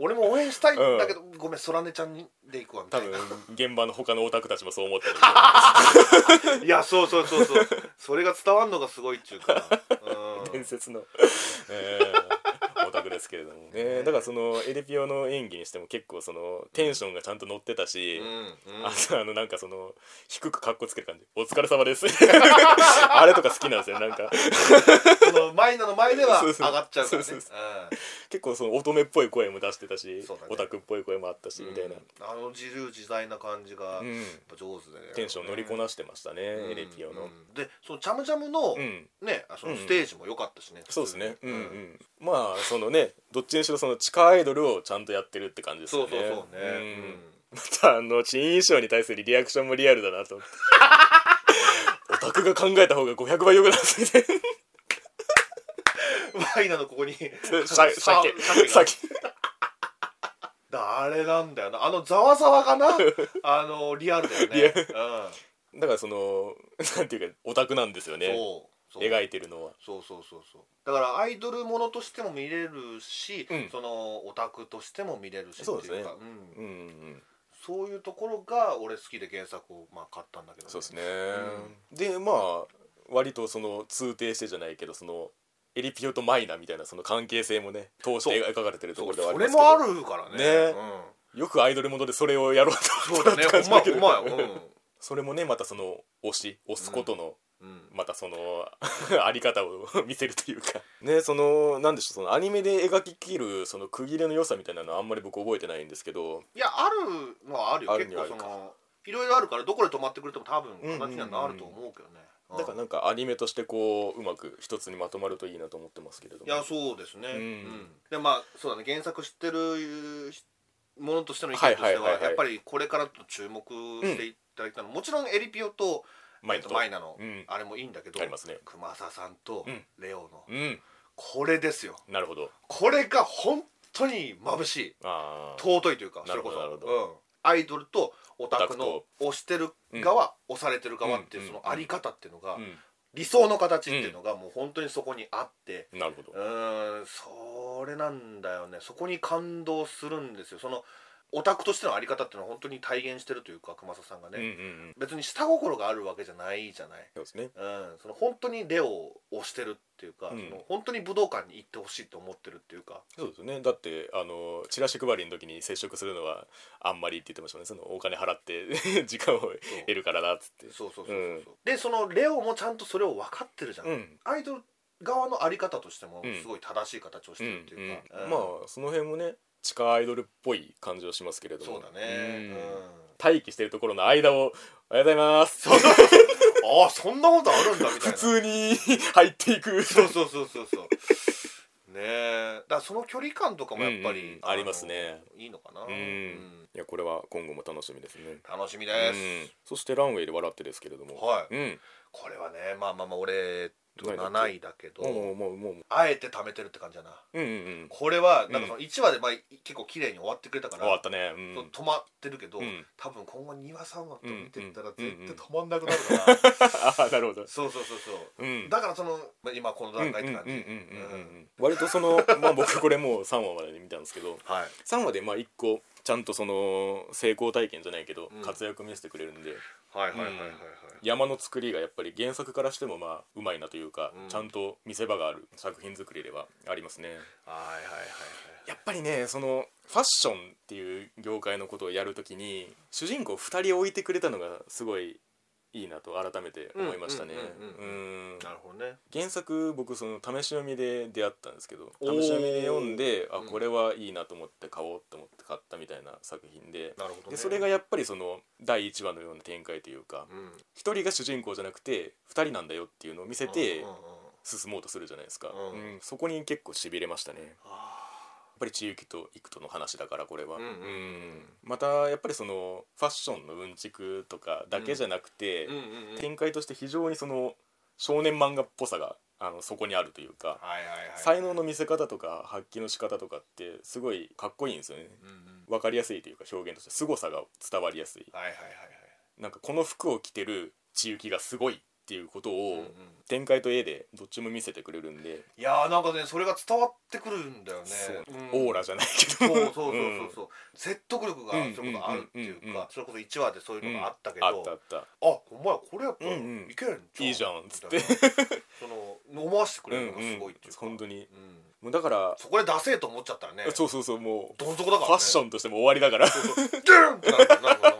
[SPEAKER 2] 俺も応援したいんだけど、ごめんそらねちゃんで行くわみた
[SPEAKER 1] 多
[SPEAKER 2] いな
[SPEAKER 1] 分現場の他のオタクたちもそう思ってる
[SPEAKER 2] いやそうそうそうそうそれが伝わるのがすごいっちゅうか、うん
[SPEAKER 1] 伝、説の、えーオタクですけれども、ね、だからそのエリピオの演技にしても結構そのテンションがちゃんと乗ってたし、
[SPEAKER 2] うんうん
[SPEAKER 1] あとあのなんかその低くかっこつける感じ「お疲れ様です」あれとか好きなんですよなんか
[SPEAKER 2] そのマイナの前では
[SPEAKER 1] そう
[SPEAKER 2] 上
[SPEAKER 1] そう
[SPEAKER 2] がっちゃうからね
[SPEAKER 1] そうそ結構その乙女っぽい声も出してたし、
[SPEAKER 2] そうだね
[SPEAKER 1] オタクっぽい声もあったし
[SPEAKER 2] うん
[SPEAKER 1] みたいな、
[SPEAKER 2] あの自由自在な感じがやっ
[SPEAKER 1] うん
[SPEAKER 2] ぱ上手でね
[SPEAKER 1] テンション乗りこなしてましたね、
[SPEAKER 2] うん
[SPEAKER 1] エレピオの。
[SPEAKER 2] うんでそのチャムチャムの
[SPEAKER 1] うん
[SPEAKER 2] ねあそのステージも良かったしね
[SPEAKER 1] そうですね、うんう
[SPEAKER 2] うん
[SPEAKER 1] ん、まあそのねどっちにしろその地下アイドルをちゃんとやってるって感じです
[SPEAKER 2] そ
[SPEAKER 1] よ
[SPEAKER 2] う
[SPEAKER 1] ね
[SPEAKER 2] そうそうね
[SPEAKER 1] うん
[SPEAKER 2] うん
[SPEAKER 1] またあの新衣装に対するリアクションもリアルだ なと思ってオタクが考えた方が500倍よくなって て
[SPEAKER 2] マイナのここ に
[SPEAKER 1] 鮭鮭
[SPEAKER 2] がだあれなんだよなあのざわざわ がなあのリアルだよ
[SPEAKER 1] リア
[SPEAKER 2] ね
[SPEAKER 1] ルだからそのなんていうかオタクなんですよ
[SPEAKER 2] うん
[SPEAKER 1] ね
[SPEAKER 2] そうそう
[SPEAKER 1] 描いてるのは
[SPEAKER 2] そうそうそうそうだからアイドルものとしても見れるし、
[SPEAKER 1] うん
[SPEAKER 2] そのオタクとしても見れるしってい
[SPEAKER 1] そうう
[SPEAKER 2] か
[SPEAKER 1] ですね
[SPEAKER 2] ん
[SPEAKER 1] うんうんうん
[SPEAKER 2] そういうところが俺好きで原作をまあ買ったんだけど、
[SPEAKER 1] そうですね、でまあ割とその通底してじゃないけどそのエリピオとマイナみたいなその関係性もね通して描かれてるとこ
[SPEAKER 2] そ
[SPEAKER 1] ろ
[SPEAKER 2] う
[SPEAKER 1] ではあ
[SPEAKER 2] そ
[SPEAKER 1] りま
[SPEAKER 2] れ
[SPEAKER 1] すけど
[SPEAKER 2] もあるからね
[SPEAKER 1] ね
[SPEAKER 2] うん
[SPEAKER 1] よくアイドルものでそれをやろうと
[SPEAKER 2] そ
[SPEAKER 1] 思
[SPEAKER 2] う
[SPEAKER 1] った っ
[SPEAKER 2] だ
[SPEAKER 1] て
[SPEAKER 2] ね
[SPEAKER 1] 感じだけど
[SPEAKER 2] ほんまほんまや
[SPEAKER 1] それもねまたその推し推すことの、
[SPEAKER 2] うん、うん、
[SPEAKER 1] またその あり方を 見せるというかねそのなんでしょうそのアニメで描ききるその区切れの良さみたいなのはあんまり僕覚えてないんですけど
[SPEAKER 2] いやあるのはあるよ
[SPEAKER 1] ある
[SPEAKER 2] 結
[SPEAKER 1] には
[SPEAKER 2] 構
[SPEAKER 1] ある
[SPEAKER 2] そ
[SPEAKER 1] か
[SPEAKER 2] のいろいろあるからどこで止まってくれても多分
[SPEAKER 1] うん
[SPEAKER 2] 形にはなると思うけどね、うん
[SPEAKER 1] だからなんかアニメとしてこううまく一つにまとまるといいなと思ってますけれども
[SPEAKER 2] いやそうですね、
[SPEAKER 1] う
[SPEAKER 2] うんんでまあそうだね原作知ってるものとしての意見と
[SPEAKER 1] はい
[SPEAKER 2] しては,、
[SPEAKER 1] はいはいはい
[SPEAKER 2] やっぱりこれからと注目していただきたいのは、もちろんエリピオと
[SPEAKER 1] マ
[SPEAKER 2] え
[SPEAKER 1] イナ
[SPEAKER 2] っと
[SPEAKER 1] と
[SPEAKER 2] マイナの、
[SPEAKER 1] うん
[SPEAKER 2] あれもいいんだけど
[SPEAKER 1] ありますね
[SPEAKER 2] 熊沢さんと
[SPEAKER 1] うん
[SPEAKER 2] レオの、
[SPEAKER 1] うん
[SPEAKER 2] これですよ
[SPEAKER 1] なるほど
[SPEAKER 2] これが本当に眩しい
[SPEAKER 1] ああ
[SPEAKER 2] 尊いというか
[SPEAKER 1] な
[SPEAKER 2] そ
[SPEAKER 1] る
[SPEAKER 2] れ
[SPEAKER 1] ほ
[SPEAKER 2] こ
[SPEAKER 1] ど
[SPEAKER 2] そ、
[SPEAKER 1] なるほ
[SPEAKER 2] うん、アイドルとオタク
[SPEAKER 1] オ
[SPEAKER 2] の推してる側、推されてる側っていううんそのあり方っていうのが、
[SPEAKER 1] う
[SPEAKER 2] 理想の形っていうのがもう本当にそこにあって、
[SPEAKER 1] んなるほど
[SPEAKER 2] うーんそれなんだよねそこに感動するんですよそのオタクとしてのあり方っていうのは本当に体現してるというか熊佐さんが
[SPEAKER 1] うんうん
[SPEAKER 2] ね、
[SPEAKER 1] うん
[SPEAKER 2] 別に下心があるわけじゃないじゃない、
[SPEAKER 1] そうですね
[SPEAKER 2] うん、その本当にレオを推してるっていうか、
[SPEAKER 1] うん
[SPEAKER 2] その本当に武道館に行ってほしいと思ってるっていうか
[SPEAKER 1] そうですねだってあのチラシ配りの時に接触するのはあんまりって言ってましたもんねそのお金払って 時間を得るからだっつって
[SPEAKER 2] そうそうそうそうそうでそのレオもちゃんとそれを分かってるじゃん、
[SPEAKER 1] うん
[SPEAKER 2] アイドル側のあり方としても
[SPEAKER 1] うん
[SPEAKER 2] すごい正しい形をし
[SPEAKER 1] う
[SPEAKER 2] て
[SPEAKER 1] ん
[SPEAKER 2] るっていうか、
[SPEAKER 1] うん
[SPEAKER 2] うん
[SPEAKER 1] まあその辺もね地下アイドルっぽい感じはしますけれども
[SPEAKER 2] そうだね、
[SPEAKER 1] う
[SPEAKER 2] うんん
[SPEAKER 1] 待機してるところの間を「おはようございます」
[SPEAKER 2] ああそんなことあるんだみた
[SPEAKER 1] 普
[SPEAKER 2] いな
[SPEAKER 1] 通に入っていく
[SPEAKER 2] そうそうそうそうそう。ねえ、だからその距離感とかもやっぱり、
[SPEAKER 1] うんうんありますね
[SPEAKER 2] あの。いいのかな。
[SPEAKER 1] うんいやこれは今後も楽しみですね
[SPEAKER 2] うん楽しみで
[SPEAKER 1] うん
[SPEAKER 2] す。
[SPEAKER 1] そしてランウェイで笑ってですけれども
[SPEAKER 2] はい
[SPEAKER 1] うん
[SPEAKER 2] これはね、まあまあまあ俺と7位だけど、
[SPEAKER 1] もうもうもうもう
[SPEAKER 2] あえて貯めてるって感じだな
[SPEAKER 1] うんうんうん
[SPEAKER 2] これはなんかその1話でまあ結構綺麗に終わってくれたか
[SPEAKER 1] 終わ
[SPEAKER 2] ら
[SPEAKER 1] っ、たねうん
[SPEAKER 2] そう止まってるけど、
[SPEAKER 1] うん
[SPEAKER 2] 多分今後丹羽さんはと見てったら
[SPEAKER 1] うんうんうんうん
[SPEAKER 2] 絶対止まんなくなる から、
[SPEAKER 1] ああなるほど
[SPEAKER 2] そうそうそうそう
[SPEAKER 1] うん
[SPEAKER 2] だからそのまあ今この段階って感じ
[SPEAKER 1] う
[SPEAKER 2] うん
[SPEAKER 1] うんうんうんうんうん
[SPEAKER 2] ん
[SPEAKER 1] 割とその、まあ、僕これもう3話まで見たんですけど
[SPEAKER 2] はい
[SPEAKER 1] 3話でまあ1個ちゃんとその成功体験じゃないけど
[SPEAKER 2] うん
[SPEAKER 1] 活躍見せてくれるんで、
[SPEAKER 2] はいはいはいはいはい
[SPEAKER 1] 山の作りがやっぱり原作からしてもまあうまいなというか、
[SPEAKER 2] うん
[SPEAKER 1] ちゃんと見せ場がある作品作りではありますね
[SPEAKER 2] はいはいはい
[SPEAKER 1] やっぱりねそのファッションっていう業界のことをやるときに主人公2人置いてくれたのがすごいいいなと改めて思いましたね
[SPEAKER 2] うんう
[SPEAKER 1] うん
[SPEAKER 2] なるほどね
[SPEAKER 1] 原作僕その試し読みで出会ったんですけど
[SPEAKER 2] おー
[SPEAKER 1] 試し読みで読んであ
[SPEAKER 2] うん
[SPEAKER 1] これはいいなと思って買おうと思って買ったみたいな作品で
[SPEAKER 2] なるほどね
[SPEAKER 1] でそれがやっぱりその第1話のような展開というか
[SPEAKER 2] うん
[SPEAKER 1] 1人が主人公じゃなくて2人なんだよっていうのを見せて
[SPEAKER 2] うんうんうん
[SPEAKER 1] 進もうとするじゃないですか、
[SPEAKER 2] う
[SPEAKER 1] うん
[SPEAKER 2] ん
[SPEAKER 1] そこに結構しびれましたねやっ
[SPEAKER 2] あ
[SPEAKER 1] ぱり千雪と幾人の話だからこれは、
[SPEAKER 2] うんうんうん
[SPEAKER 1] またやっぱりそのファッションのうんちくとかだけじゃなくて、
[SPEAKER 2] ーうんうんうん
[SPEAKER 1] 展開として非常にその少年漫画っぽさがあのそこにあるというか
[SPEAKER 2] はいはいはい
[SPEAKER 1] 才能の見せ方とか発揮の仕方とかってすごいかっこいいんですよね
[SPEAKER 2] うんうん
[SPEAKER 1] 分かりやすいというか表現として凄さが伝わりやすい
[SPEAKER 2] はいはいはい
[SPEAKER 1] なんかこの服を着てる千雪がすごいっていうことを、
[SPEAKER 2] はいうんうん
[SPEAKER 1] 展開と絵でどっちも見せてくれるんで、
[SPEAKER 2] いやーなんかねそれが伝わってくるんだよね
[SPEAKER 1] そう
[SPEAKER 2] うん
[SPEAKER 1] オーラじゃないけ
[SPEAKER 2] そう
[SPEAKER 1] ど
[SPEAKER 2] そうそうそうそう、説得力がそういうことあるっていうか、
[SPEAKER 1] うんうんうんうん
[SPEAKER 2] それこそ1話でそういうのがあったけど、
[SPEAKER 1] あったあった
[SPEAKER 2] あお前これやったら
[SPEAKER 1] うんうん
[SPEAKER 2] いけるん
[SPEAKER 1] いいじゃんっつって
[SPEAKER 2] みたいなその飲ましてくれるのがすごいっていうか、
[SPEAKER 1] うんうん本当に
[SPEAKER 2] うん
[SPEAKER 1] もうだから、
[SPEAKER 2] そこで出せえと思っちゃったらね
[SPEAKER 1] そうそうそうもう
[SPEAKER 2] どん底だから、ね、
[SPEAKER 1] ファッションとしても終わりだから
[SPEAKER 2] そうそうドゥーンってなるからなんかなん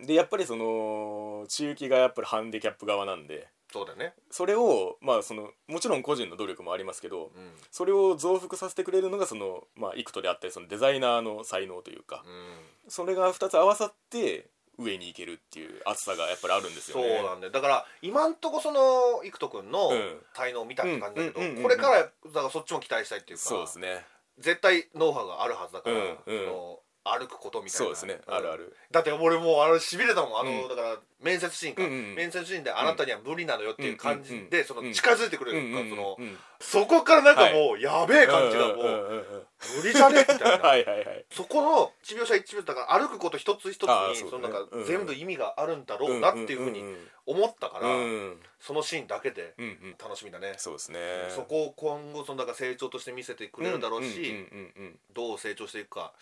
[SPEAKER 2] か
[SPEAKER 1] でやっぱりその千雪がやっぱりハンディキャップ側なんで
[SPEAKER 2] そうだよね、
[SPEAKER 1] それをまあそのもちろん個人の努力もありますけど
[SPEAKER 2] うん
[SPEAKER 1] それを増幅させてくれるのがそのまあ幾人であったりそのデザイナーの才能というか
[SPEAKER 2] うん
[SPEAKER 1] それが2つ合わさって上に行けるっていう熱さがやっぱりあるんですよ
[SPEAKER 2] そう
[SPEAKER 1] ね。
[SPEAKER 2] なんだよだから今んとこその生人君の
[SPEAKER 1] うん
[SPEAKER 2] 才能を見たって感じだけど、
[SPEAKER 1] うんうんうんうん
[SPEAKER 2] これからだからそっちも期待したいっていうか
[SPEAKER 1] そうですね。
[SPEAKER 2] 絶対ノウハウがあるはずだから、
[SPEAKER 1] うんうん
[SPEAKER 2] その歩くことみたいな
[SPEAKER 1] そうですね。
[SPEAKER 2] ん
[SPEAKER 1] あるある。
[SPEAKER 2] だって俺もうあれしびれたもんあの、
[SPEAKER 1] うん
[SPEAKER 2] だから面接シーンか、
[SPEAKER 1] うんうん
[SPEAKER 2] 面接シーンであなたには無理なのよっていう感じで、
[SPEAKER 1] うん
[SPEAKER 2] そ
[SPEAKER 1] うんう
[SPEAKER 2] の
[SPEAKER 1] ん
[SPEAKER 2] 近づいてくれ
[SPEAKER 1] うん
[SPEAKER 2] る
[SPEAKER 1] うん
[SPEAKER 2] か、
[SPEAKER 1] うん
[SPEAKER 2] その
[SPEAKER 1] うんうん
[SPEAKER 2] そこからなんかもうやべえ感じがもう、
[SPEAKER 1] うんうんうんうん
[SPEAKER 2] 無理じゃねみたいな、
[SPEAKER 1] はいはいはい。
[SPEAKER 2] そこの1秒差1秒だから歩くこと一つ一つ
[SPEAKER 1] ああ
[SPEAKER 2] に
[SPEAKER 1] そう
[SPEAKER 2] そ
[SPEAKER 1] だ
[SPEAKER 2] の
[SPEAKER 1] ね
[SPEAKER 2] なんか
[SPEAKER 1] うんうん
[SPEAKER 2] 全部意味があるんだろうなっていうふうに思ったから、
[SPEAKER 1] うんうん
[SPEAKER 2] そのシーンだけで
[SPEAKER 1] うんうん
[SPEAKER 2] 楽しみだね、
[SPEAKER 1] そうですね。
[SPEAKER 2] そこを今後そのだから成長として見せてくれるだろうし、
[SPEAKER 1] んうんうんうん
[SPEAKER 2] どう成長していくか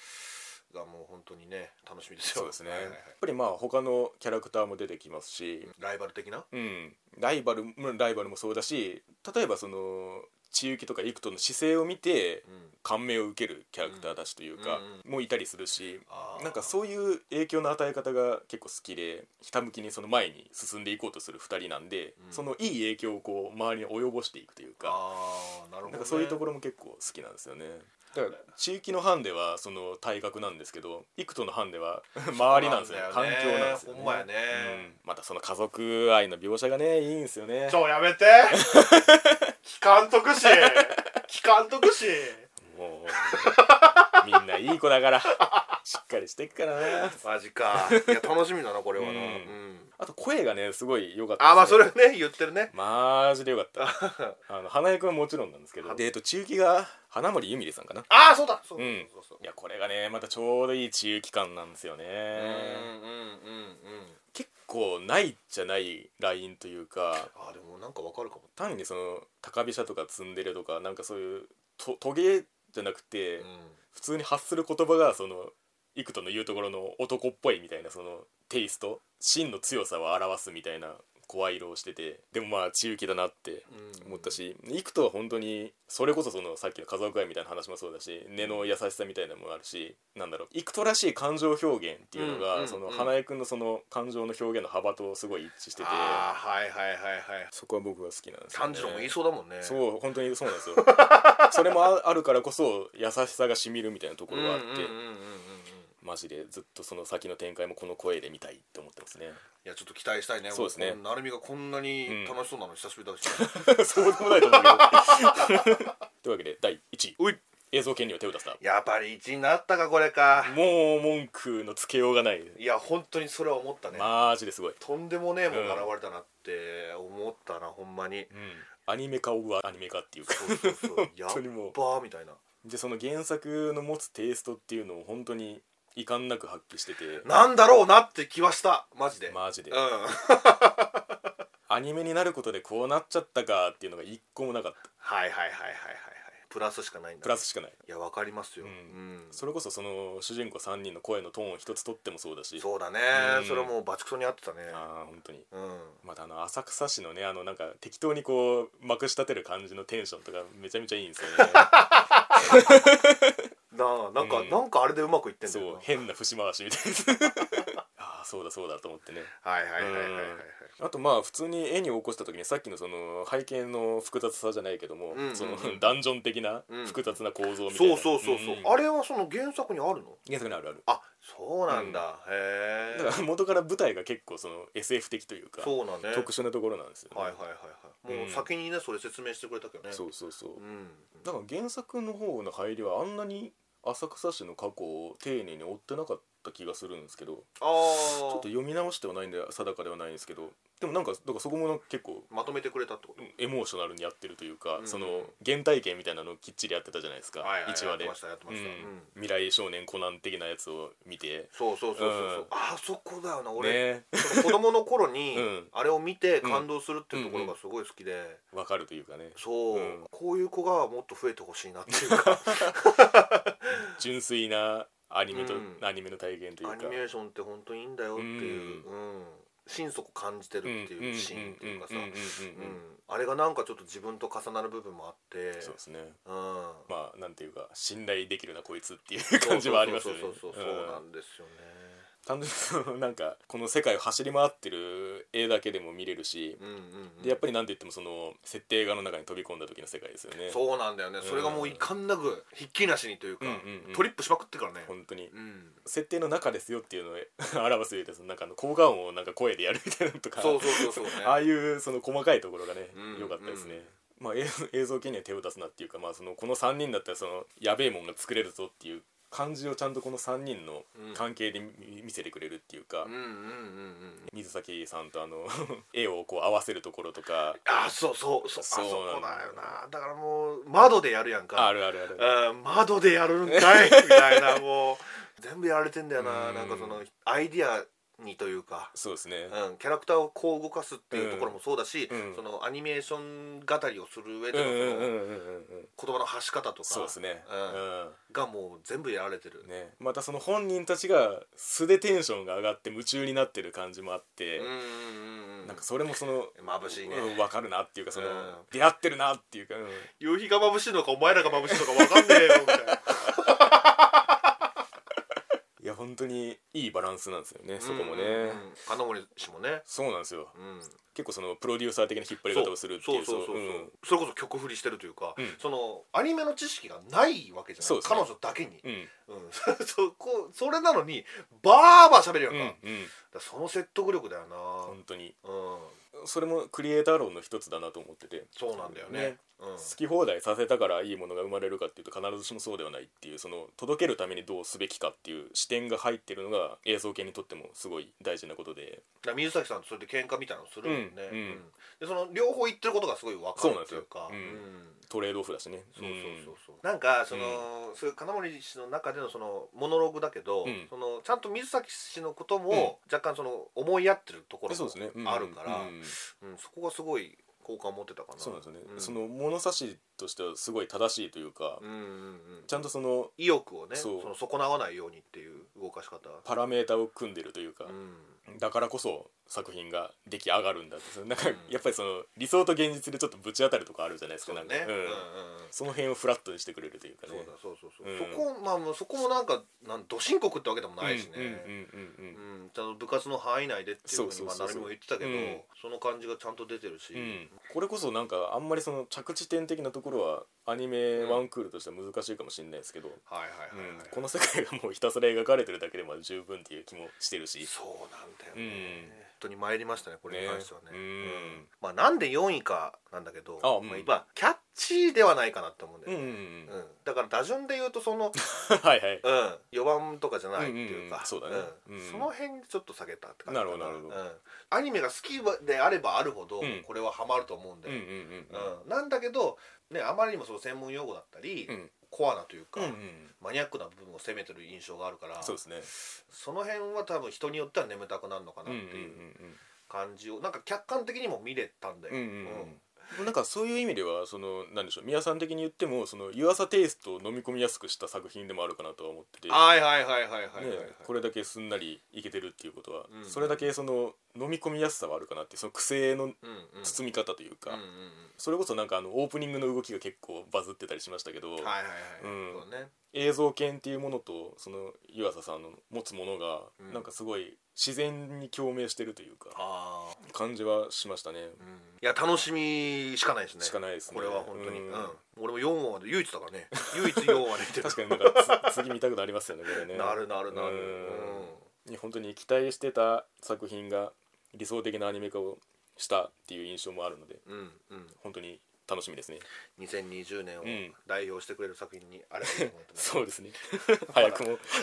[SPEAKER 2] がもう本当にね楽しみです
[SPEAKER 1] そ
[SPEAKER 2] よ
[SPEAKER 1] うですね、
[SPEAKER 2] はいはい
[SPEAKER 1] や
[SPEAKER 2] はい
[SPEAKER 1] っぱりまあ他のキャラクターも出てきますし、
[SPEAKER 2] ライバル的な
[SPEAKER 1] うん、ライバルもライバルもそうだし例えばその千雪とか幾人の姿勢を見て
[SPEAKER 2] うん
[SPEAKER 1] 感銘を受けるキャラクターたちというか
[SPEAKER 2] うんうん、
[SPEAKER 1] もいたりするし
[SPEAKER 2] あー
[SPEAKER 1] なんかそういう影響の与え方が結構好きでひたむきにその前に進んでいこうとする2人なんで、
[SPEAKER 2] うん
[SPEAKER 1] そのいい影響をこう周りに及ぼしていくというか
[SPEAKER 2] あーなるほど、ね、
[SPEAKER 1] なんかそういうところも結構好きなんですよね。だから地域のハンデはその体格なんですけど幾人のハンデは 周りなんですよね
[SPEAKER 2] そう
[SPEAKER 1] 環
[SPEAKER 2] なんだよね
[SPEAKER 1] 境なんですよね
[SPEAKER 2] ほんまやね
[SPEAKER 1] うん、またその家族愛の描写がねいいんですよね
[SPEAKER 2] ちょやめて機関特 使機関特使
[SPEAKER 1] もうみんないい子だからしっかりしてっからな
[SPEAKER 2] マジ かいや楽しみだなこれはな、
[SPEAKER 1] う
[SPEAKER 2] うんん
[SPEAKER 1] あと声がねすごい良かったですね
[SPEAKER 2] あまあそれね言ってるね
[SPEAKER 1] マジでよかった あの花江君はもちろんなんですけどでえっと中期が花森ゆみりさんかな
[SPEAKER 2] ああそうだそう
[SPEAKER 1] う
[SPEAKER 2] そうんそうそう
[SPEAKER 1] いやこれがねまたちょうどいい中期間なんですよ
[SPEAKER 2] うんうん
[SPEAKER 1] ね
[SPEAKER 2] うんうん
[SPEAKER 1] 結構ないじゃないラインというか
[SPEAKER 2] あーでもなんかわかるかも
[SPEAKER 1] 単にその高飛車とかツンデレとかなんかそういうとトゲじゃなくて、
[SPEAKER 2] うん
[SPEAKER 1] 普通に発する言葉がその幾人の言うところの男っぽいみたいなそのテイスト真の強さを表すみたいな声色をしててでもまあ千雪だなって
[SPEAKER 2] うん
[SPEAKER 1] 思ったし幾人は本当にそれこそそのさっきの家族愛みたいな話もそうだし根の優しさみたいなのもあるしなんだろう幾人らしい感情表現っていうの
[SPEAKER 2] うんうんう
[SPEAKER 1] が
[SPEAKER 2] ん
[SPEAKER 1] その花江君のその感情の表現の幅とすごい一致してて
[SPEAKER 2] ああはいはいはいはい
[SPEAKER 1] そこは僕が好きなんですよ
[SPEAKER 2] 炭
[SPEAKER 1] ね
[SPEAKER 2] 治郎も言いそうだもんね
[SPEAKER 1] そう本当にそうなん ですよそれもああるからこそ優しさがしみるみたいなところがあって、
[SPEAKER 2] うんうんうんうんうんうん
[SPEAKER 1] マジでずっとその先の展開もこの声で見たいって思ってますね
[SPEAKER 2] いやちょっと期待したいね
[SPEAKER 1] そうですね
[SPEAKER 2] こんなるみがこんなに楽しそうなの久しぶりだし、
[SPEAKER 1] そうでもないと思うけどというわけで第1位
[SPEAKER 2] おい
[SPEAKER 1] 映像権利を手を出した
[SPEAKER 2] やっぱり1位になったかこれか
[SPEAKER 1] もう文句のつけようがない、
[SPEAKER 2] いや本当にそれは思ったね、
[SPEAKER 1] マジですごい、
[SPEAKER 2] とんでもねえも
[SPEAKER 1] うんん
[SPEAKER 2] が現れたなって思ったな、ほんま
[SPEAKER 1] う
[SPEAKER 2] に
[SPEAKER 1] ん、アニメ化オブアニメ化っていうか
[SPEAKER 2] そうそうそうやっ
[SPEAKER 1] 当にもう
[SPEAKER 2] ばーみたいな
[SPEAKER 1] でその原作の持つテイストっていうのを本当に遺憾なく発揮してて
[SPEAKER 2] なんだろうなって気はしたマジで、
[SPEAKER 1] マジで
[SPEAKER 2] うん
[SPEAKER 1] アニメになることでこうなっちゃったかっていうのが一個もなかった
[SPEAKER 2] はいはいはいはいはいはいプラスしかないんだ
[SPEAKER 1] プラスしかない
[SPEAKER 2] いやわかりますよ、う
[SPEAKER 1] うんんそれこそその主人公3人の声のトーン一つとってもそうだし
[SPEAKER 2] そうだね、
[SPEAKER 1] うん
[SPEAKER 2] それはもうバチクソに合ってたね
[SPEAKER 1] ああ本当に
[SPEAKER 2] うん
[SPEAKER 1] またあの浅草市のねあのなんか適当にこうまくし立てる感じのテンションとかめちゃめちゃいいんですよね
[SPEAKER 2] なあなんか、
[SPEAKER 1] うん
[SPEAKER 2] なんかあれでうまくいってんだ
[SPEAKER 1] そ
[SPEAKER 2] よ
[SPEAKER 1] う
[SPEAKER 2] な
[SPEAKER 1] 変な節回しみたいな ああそうだそうだと思ってね
[SPEAKER 2] はいはいはいはいはいはい
[SPEAKER 1] あとまあ普通に絵に起こした時にさっきのその背景の複雑さじゃないけども、
[SPEAKER 2] うんうんうん
[SPEAKER 1] その ダンジョン的な
[SPEAKER 2] うん
[SPEAKER 1] 複雑な構造みたいな、
[SPEAKER 2] そうそうそうそう、
[SPEAKER 1] ん
[SPEAKER 2] あれはその原作にあるの
[SPEAKER 1] 原作にあるある
[SPEAKER 2] あそうなんだ、へ
[SPEAKER 1] だ
[SPEAKER 2] え
[SPEAKER 1] から元から舞台が結構その SF 的というか
[SPEAKER 2] そうなんだね
[SPEAKER 1] 特殊なところなんですよ、ね
[SPEAKER 2] はいはいはいはいもううん先にねそれ説明してくれたけどね
[SPEAKER 1] そうそうそう
[SPEAKER 2] うん
[SPEAKER 1] だから原作の方の入りはあんなに浅草市の過去を丁寧に追ってなかった気がするんですけどち
[SPEAKER 2] あ
[SPEAKER 1] ょっと
[SPEAKER 2] あ
[SPEAKER 1] 読み直してはないんで定かではないんですけどでもなんかだからそこもなんか結構
[SPEAKER 2] まとめてくれたってこと
[SPEAKER 1] エモーショナルにやってるというか、
[SPEAKER 2] うん
[SPEAKER 1] その原体験みたいなのをきっちりやってたじゃないですか、
[SPEAKER 2] はいはい
[SPEAKER 1] 1話で
[SPEAKER 2] やってましたやってました、
[SPEAKER 1] うん
[SPEAKER 2] うん
[SPEAKER 1] 未来少年コナン的なやつを見て
[SPEAKER 2] そうそうそうそうそう
[SPEAKER 1] うん
[SPEAKER 2] あそこだよな俺、
[SPEAKER 1] ね
[SPEAKER 2] その子供の頃に
[SPEAKER 1] うん
[SPEAKER 2] あれを見て感動するっていうところがすごい好きで、
[SPEAKER 1] わかるというかね
[SPEAKER 2] そう、
[SPEAKER 1] うん
[SPEAKER 2] こういう子がもっと増えてほしいなっていうか
[SPEAKER 1] 純粋なアニメと、
[SPEAKER 2] うん
[SPEAKER 1] アニメの体験という
[SPEAKER 2] ア
[SPEAKER 1] か
[SPEAKER 2] ニメーションって本当にいいんだよっていう、うん心底感じてるっていうシーンっていうかさ、
[SPEAKER 1] んん
[SPEAKER 2] うん
[SPEAKER 1] んうんうんうん
[SPEAKER 2] あれがなんかちょっと自分と重なる部分もあって
[SPEAKER 1] そうですね
[SPEAKER 2] うん
[SPEAKER 1] まあなんていうか信頼できるなこいつっていう感じはありますよね
[SPEAKER 2] そうそうそうそうそう
[SPEAKER 1] うん
[SPEAKER 2] なんですよね
[SPEAKER 1] 単純にそのなんかこの世界を走り回ってる絵だけでも見れるし
[SPEAKER 2] うんうんうん
[SPEAKER 1] でやっぱりなんて言ってもその設定画の中に飛び込んだ時の世界ですよね
[SPEAKER 2] そうなんだよね、それがもういかんなくひっきりなしにというか、
[SPEAKER 1] うんうんうん
[SPEAKER 2] トリップしまくってからね
[SPEAKER 1] 本当に
[SPEAKER 2] うん
[SPEAKER 1] 設定の中ですよっていうのを 表すよりそのなんかあの効果音をなんか声でやるみたいなのとか
[SPEAKER 2] そうそうそうそうね
[SPEAKER 1] ああいうその細かいところがね
[SPEAKER 2] うん
[SPEAKER 1] 良かったですね、まあ、映映像権には手を出すなっていうか、まあ、そのこの3人だったらそのやべえもんが作れるぞっていう感じをちゃんとこの3人の関係で見見せてくれるっていうか、
[SPEAKER 2] うんうんうんうん
[SPEAKER 1] 水崎さんとあの 絵をこう合わせるところとか
[SPEAKER 2] あそうそうそう
[SPEAKER 1] そう
[SPEAKER 2] あそこ
[SPEAKER 1] なんだ
[SPEAKER 2] だよなだからもう窓でやるやんか
[SPEAKER 1] あるあるある
[SPEAKER 2] うん窓でやるんか いみたいなもう全部やられてんだよな
[SPEAKER 1] うん
[SPEAKER 2] なんかそのアイディアにというか、
[SPEAKER 1] そうですね、
[SPEAKER 2] うん、キャラクターをこう動かすっていうところもそうだし、
[SPEAKER 1] うん
[SPEAKER 2] そのアニメーション語りをする上で
[SPEAKER 1] うん
[SPEAKER 2] の
[SPEAKER 1] うんうん
[SPEAKER 2] そ
[SPEAKER 1] うん
[SPEAKER 2] の
[SPEAKER 1] うんうん
[SPEAKER 2] 言葉の発し方とか
[SPEAKER 1] そうですね、
[SPEAKER 2] うん
[SPEAKER 1] うん
[SPEAKER 2] がもう全部やられてる、
[SPEAKER 1] ね、またその本人たちが素でテンションが上がって夢中になってる感じもあって、
[SPEAKER 2] うんうんうんうん
[SPEAKER 1] なんかそれもその
[SPEAKER 2] 眩しいね
[SPEAKER 1] うん、分かるなっていうかその、
[SPEAKER 2] うん
[SPEAKER 1] 出会ってるなっていうか、うん
[SPEAKER 2] 夕日が眩しいのかお前らが眩しいのか分かんねえよみたいな
[SPEAKER 1] いや本当にいいバランスなんですよ ね、そこもね、
[SPEAKER 2] うんうんうん金森氏もね、
[SPEAKER 1] そうなんですよ
[SPEAKER 2] うん、
[SPEAKER 1] 結構そのプロデューサー的な引っ張り方をするっていう
[SPEAKER 2] そうそうそうそう、
[SPEAKER 1] ん
[SPEAKER 2] それこそ曲振りしてるというか、
[SPEAKER 1] うん
[SPEAKER 2] そのアニメの知識がないわけじゃ
[SPEAKER 1] そ
[SPEAKER 2] な
[SPEAKER 1] う
[SPEAKER 2] い
[SPEAKER 1] ですね
[SPEAKER 2] 彼女だけに、
[SPEAKER 1] うん
[SPEAKER 2] うん、そこそれなのにバーバー喋るやん
[SPEAKER 1] う
[SPEAKER 2] か,、
[SPEAKER 1] ん、うん
[SPEAKER 2] だか、らその説得力だよ
[SPEAKER 1] 本当に
[SPEAKER 2] なうん
[SPEAKER 1] それもクリエイター論の一つだなと思ってて、
[SPEAKER 2] そうなんだよね
[SPEAKER 1] ね
[SPEAKER 2] うん、
[SPEAKER 1] 好き放題させたからいいものが生まれるかっていうと必ずしもそうではないっていうその届けるためにどうすべきかっていう視点が入ってるのが映像系にとってもすごい大事なことで
[SPEAKER 2] だから水崎さんとそれで喧嘩みたいなのするもんね、
[SPEAKER 1] うんうん
[SPEAKER 2] でその両方言ってることがすごい分か
[SPEAKER 1] そう
[SPEAKER 2] る
[SPEAKER 1] なんで
[SPEAKER 2] って
[SPEAKER 1] す
[SPEAKER 2] い
[SPEAKER 1] よ
[SPEAKER 2] うか
[SPEAKER 1] うん
[SPEAKER 2] ん
[SPEAKER 1] トレードオフだしね
[SPEAKER 2] そうそうそうそうなんかその、そういう金森氏の中でのそのモノローグだけど、
[SPEAKER 1] うん
[SPEAKER 2] そのちゃんと水崎氏のことも若干その思いやってるとこ
[SPEAKER 1] うん
[SPEAKER 2] ろ
[SPEAKER 1] そうですね、うん
[SPEAKER 2] もあるから、
[SPEAKER 1] うん
[SPEAKER 2] うん、そこがすごい好感持ってたかな
[SPEAKER 1] そうなんですよね、
[SPEAKER 2] ん
[SPEAKER 1] その物差しとしてはすごい正しいというか、
[SPEAKER 2] うんうんうん
[SPEAKER 1] ちゃんとその
[SPEAKER 2] 意欲をねそ
[SPEAKER 1] そう
[SPEAKER 2] の損なわないようにっていう動かし方
[SPEAKER 1] パラメータを組んでるというか
[SPEAKER 2] う、ん
[SPEAKER 1] だからこそ作品が出来上がるんだってそのなんか
[SPEAKER 2] うん
[SPEAKER 1] やっぱりその理想と現実でちょっとぶち当たるとかあるじゃないです
[SPEAKER 2] そ
[SPEAKER 1] か
[SPEAKER 2] う
[SPEAKER 1] な
[SPEAKER 2] だ
[SPEAKER 1] んか、
[SPEAKER 2] ねうんうん
[SPEAKER 1] うん
[SPEAKER 2] うん
[SPEAKER 1] その辺をフラットにしてくれるというか
[SPEAKER 2] そ
[SPEAKER 1] ね
[SPEAKER 2] うだそうそうそう、
[SPEAKER 1] うん
[SPEAKER 2] そこまあもうそこもなんかなんど深刻ってわけでもないしね、
[SPEAKER 1] うんうんうんうんうん
[SPEAKER 2] うんちゃんと部活の範囲内でっていうふう
[SPEAKER 1] そ
[SPEAKER 2] に
[SPEAKER 1] う
[SPEAKER 2] ま
[SPEAKER 1] そ
[SPEAKER 2] あ
[SPEAKER 1] うそうそう
[SPEAKER 2] 成美も言ってたけど、
[SPEAKER 1] うん
[SPEAKER 2] その感じがちゃんと出てるし、
[SPEAKER 1] うん、これこそなんかあんまりその着地点的なところはアニメ
[SPEAKER 2] うん
[SPEAKER 1] ワンクールとしては難しいかもしれないですけど、
[SPEAKER 2] はいはい
[SPEAKER 1] うん
[SPEAKER 2] はい、はい
[SPEAKER 1] この世界がもうひたすら描かれてるだけでまあ十分っていう気もしてるし
[SPEAKER 2] そうなんだよ
[SPEAKER 1] う
[SPEAKER 2] ね、
[SPEAKER 1] ん
[SPEAKER 2] 本当に参りましたねこれに関してはね
[SPEAKER 1] ねうん
[SPEAKER 2] まあ、なんで4位かなんだけど
[SPEAKER 1] あうん
[SPEAKER 2] まあ、今キャッチーではないかなって思うんだ
[SPEAKER 1] うん
[SPEAKER 2] よ
[SPEAKER 1] うんう
[SPEAKER 2] ね、
[SPEAKER 1] ん
[SPEAKER 2] うんだから打順で言うと その、
[SPEAKER 1] はいはい
[SPEAKER 2] うん、4番とかじゃないっていうか、
[SPEAKER 1] うんうんうんそうだね
[SPEAKER 2] ん
[SPEAKER 1] うん
[SPEAKER 2] その辺ちょっと下げたって感じか
[SPEAKER 1] なるほどなるほ
[SPEAKER 2] うん、アニメが好きであればあるほど、
[SPEAKER 1] うん
[SPEAKER 2] これはハマると思うんだ
[SPEAKER 1] うん
[SPEAKER 2] よ
[SPEAKER 1] うん、
[SPEAKER 2] うんなんだけど、ね、あまりにもその専門用語だったり、
[SPEAKER 1] うんうん
[SPEAKER 2] コアなというか、
[SPEAKER 1] うんうん
[SPEAKER 2] マニアックな部分を攻めてる印象があるから
[SPEAKER 1] そうですね
[SPEAKER 2] その辺は多分人によっては眠たくなるのかな
[SPEAKER 1] う
[SPEAKER 2] っ
[SPEAKER 1] ん
[SPEAKER 2] て
[SPEAKER 1] う
[SPEAKER 2] いうん感じを、なんか客観的にも見れたんだよ、
[SPEAKER 1] うんうん
[SPEAKER 2] うん
[SPEAKER 1] うんなんかそういう意味ではそのなんでしょう宮さん的に言ってもその湯浅テイストを飲み込みやすくした作品でもあるかなとは思ってて
[SPEAKER 2] はいはいはいはいはいはい、はい
[SPEAKER 1] ね、これだけすんなりいけてるっていうことは、
[SPEAKER 2] うん
[SPEAKER 1] それだけその飲み込みやすさはあるかなっていうその癖の
[SPEAKER 2] うんうん
[SPEAKER 1] 包み方というか、
[SPEAKER 2] うんうん
[SPEAKER 1] それこそなんかあのオープニングの動きが結構バズってたりしましたけど、
[SPEAKER 2] うんはいはいはい、
[SPEAKER 1] うん
[SPEAKER 2] そうね
[SPEAKER 1] 映像犬っていうものとその湯浅さんの持つものが
[SPEAKER 2] うん
[SPEAKER 1] なんかすごい自然に共鳴してるというか
[SPEAKER 2] ああ
[SPEAKER 1] 感じはしましたね。
[SPEAKER 2] うんいや楽しみしかないですね
[SPEAKER 1] しかないですね
[SPEAKER 2] これは本当に、
[SPEAKER 1] う
[SPEAKER 2] うんん俺も4話まで唯一だからね唯一4話で見てる
[SPEAKER 1] 確かになんかつ 次見たくなりますよねこれね。
[SPEAKER 2] なるなるなる
[SPEAKER 1] うん本当に期待してた作品が理想的なアニメ化をしたっていう印象もあるので
[SPEAKER 2] うんうんうん
[SPEAKER 1] 本当に楽しみですね。
[SPEAKER 2] 2020年を
[SPEAKER 1] うん
[SPEAKER 2] 代表してくれる作品にあればいいと思ってます
[SPEAKER 1] そうですね 早くも。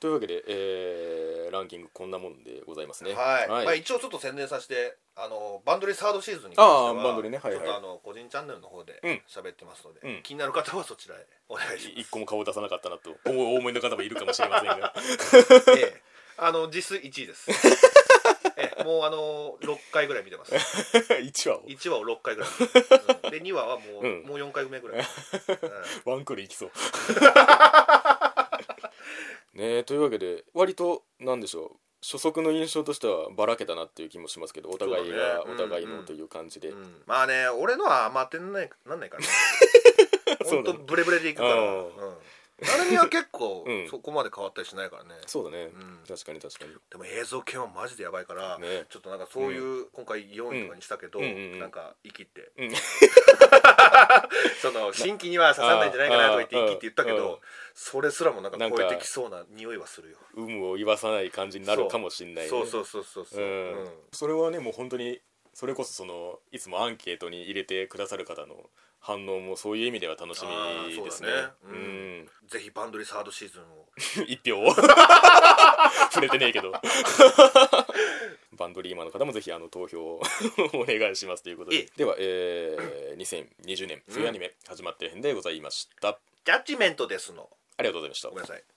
[SPEAKER 1] というわけで、えーランキングこんなもんでございますね。
[SPEAKER 2] はい、まあ、
[SPEAKER 1] い
[SPEAKER 2] 一応ちょっと宣伝させてあのバンドリサードシーズンに
[SPEAKER 1] あーバンドリねはいはい
[SPEAKER 2] ちょっとあの個人チャンネルの方で
[SPEAKER 1] うん
[SPEAKER 2] 喋ってますので、
[SPEAKER 1] うん
[SPEAKER 2] 気になる方はそちらへお願いし
[SPEAKER 1] 一個も顔を出さなかったなとおお思いの方もいるかもしれませんが
[SPEAKER 2] ます、ええあの実質1位です ええもうあの6回ぐらい見てます
[SPEAKER 1] 1話を
[SPEAKER 2] 1話を6回ぐら い、うんで2話はもう,、
[SPEAKER 1] うん
[SPEAKER 2] もう4回目ぐ らい、う
[SPEAKER 1] ワンクールいきそう。 ねえというわけで割となんでしょう初速の印象としてはばらけたなっていう気もしますけどお互いが
[SPEAKER 2] そうだね
[SPEAKER 1] お互い
[SPEAKER 2] うんう
[SPEAKER 1] の
[SPEAKER 2] ん
[SPEAKER 1] という感じで、
[SPEAKER 2] んうんまあね俺のはあんま当てにないなんないからね
[SPEAKER 1] そ
[SPEAKER 2] ほ
[SPEAKER 1] うんだ
[SPEAKER 2] と
[SPEAKER 1] ね
[SPEAKER 2] ブレブレでいくから、
[SPEAKER 1] あ
[SPEAKER 2] う
[SPEAKER 1] ー
[SPEAKER 2] ん、誰には結構
[SPEAKER 1] うん
[SPEAKER 2] そこまで変わったりしないからね、
[SPEAKER 1] そうだね、
[SPEAKER 2] うん
[SPEAKER 1] 確かに確かに
[SPEAKER 2] でも映像系はマジでやばいから、
[SPEAKER 1] ね
[SPEAKER 2] ちょっとなんかそういう今回4位とかにしたけど、
[SPEAKER 1] うんうんうんうん
[SPEAKER 2] なんか生きって、
[SPEAKER 1] うん
[SPEAKER 2] その新規には刺さらないんじゃないかなとか言って生きって言ったけ
[SPEAKER 1] うんうん
[SPEAKER 2] どそれすらもなんか
[SPEAKER 1] なん
[SPEAKER 2] 超
[SPEAKER 1] か
[SPEAKER 2] えてきそうな匂いはするよ
[SPEAKER 1] 有無を言わさない感じになるかもしれないね、
[SPEAKER 2] そうそうそうそうそう、
[SPEAKER 1] うん
[SPEAKER 2] うん
[SPEAKER 1] それはねもう本当にそれこそそのいつもアンケートに入れてくださる方の反応もそういう意味では楽しみですね
[SPEAKER 2] あーそう
[SPEAKER 1] う
[SPEAKER 2] だね
[SPEAKER 1] ん
[SPEAKER 2] ぜひバンドリサードシーズンを
[SPEAKER 1] 一票 を触れてねえけどバンドリーマーの方もぜひあの投票をお願いしますということ
[SPEAKER 2] い
[SPEAKER 1] で
[SPEAKER 2] い
[SPEAKER 1] では、えー、2020年冬アニメ始まって編でございました、
[SPEAKER 2] ジャッジメントですの
[SPEAKER 1] ありがとうございました
[SPEAKER 2] ごめんなさい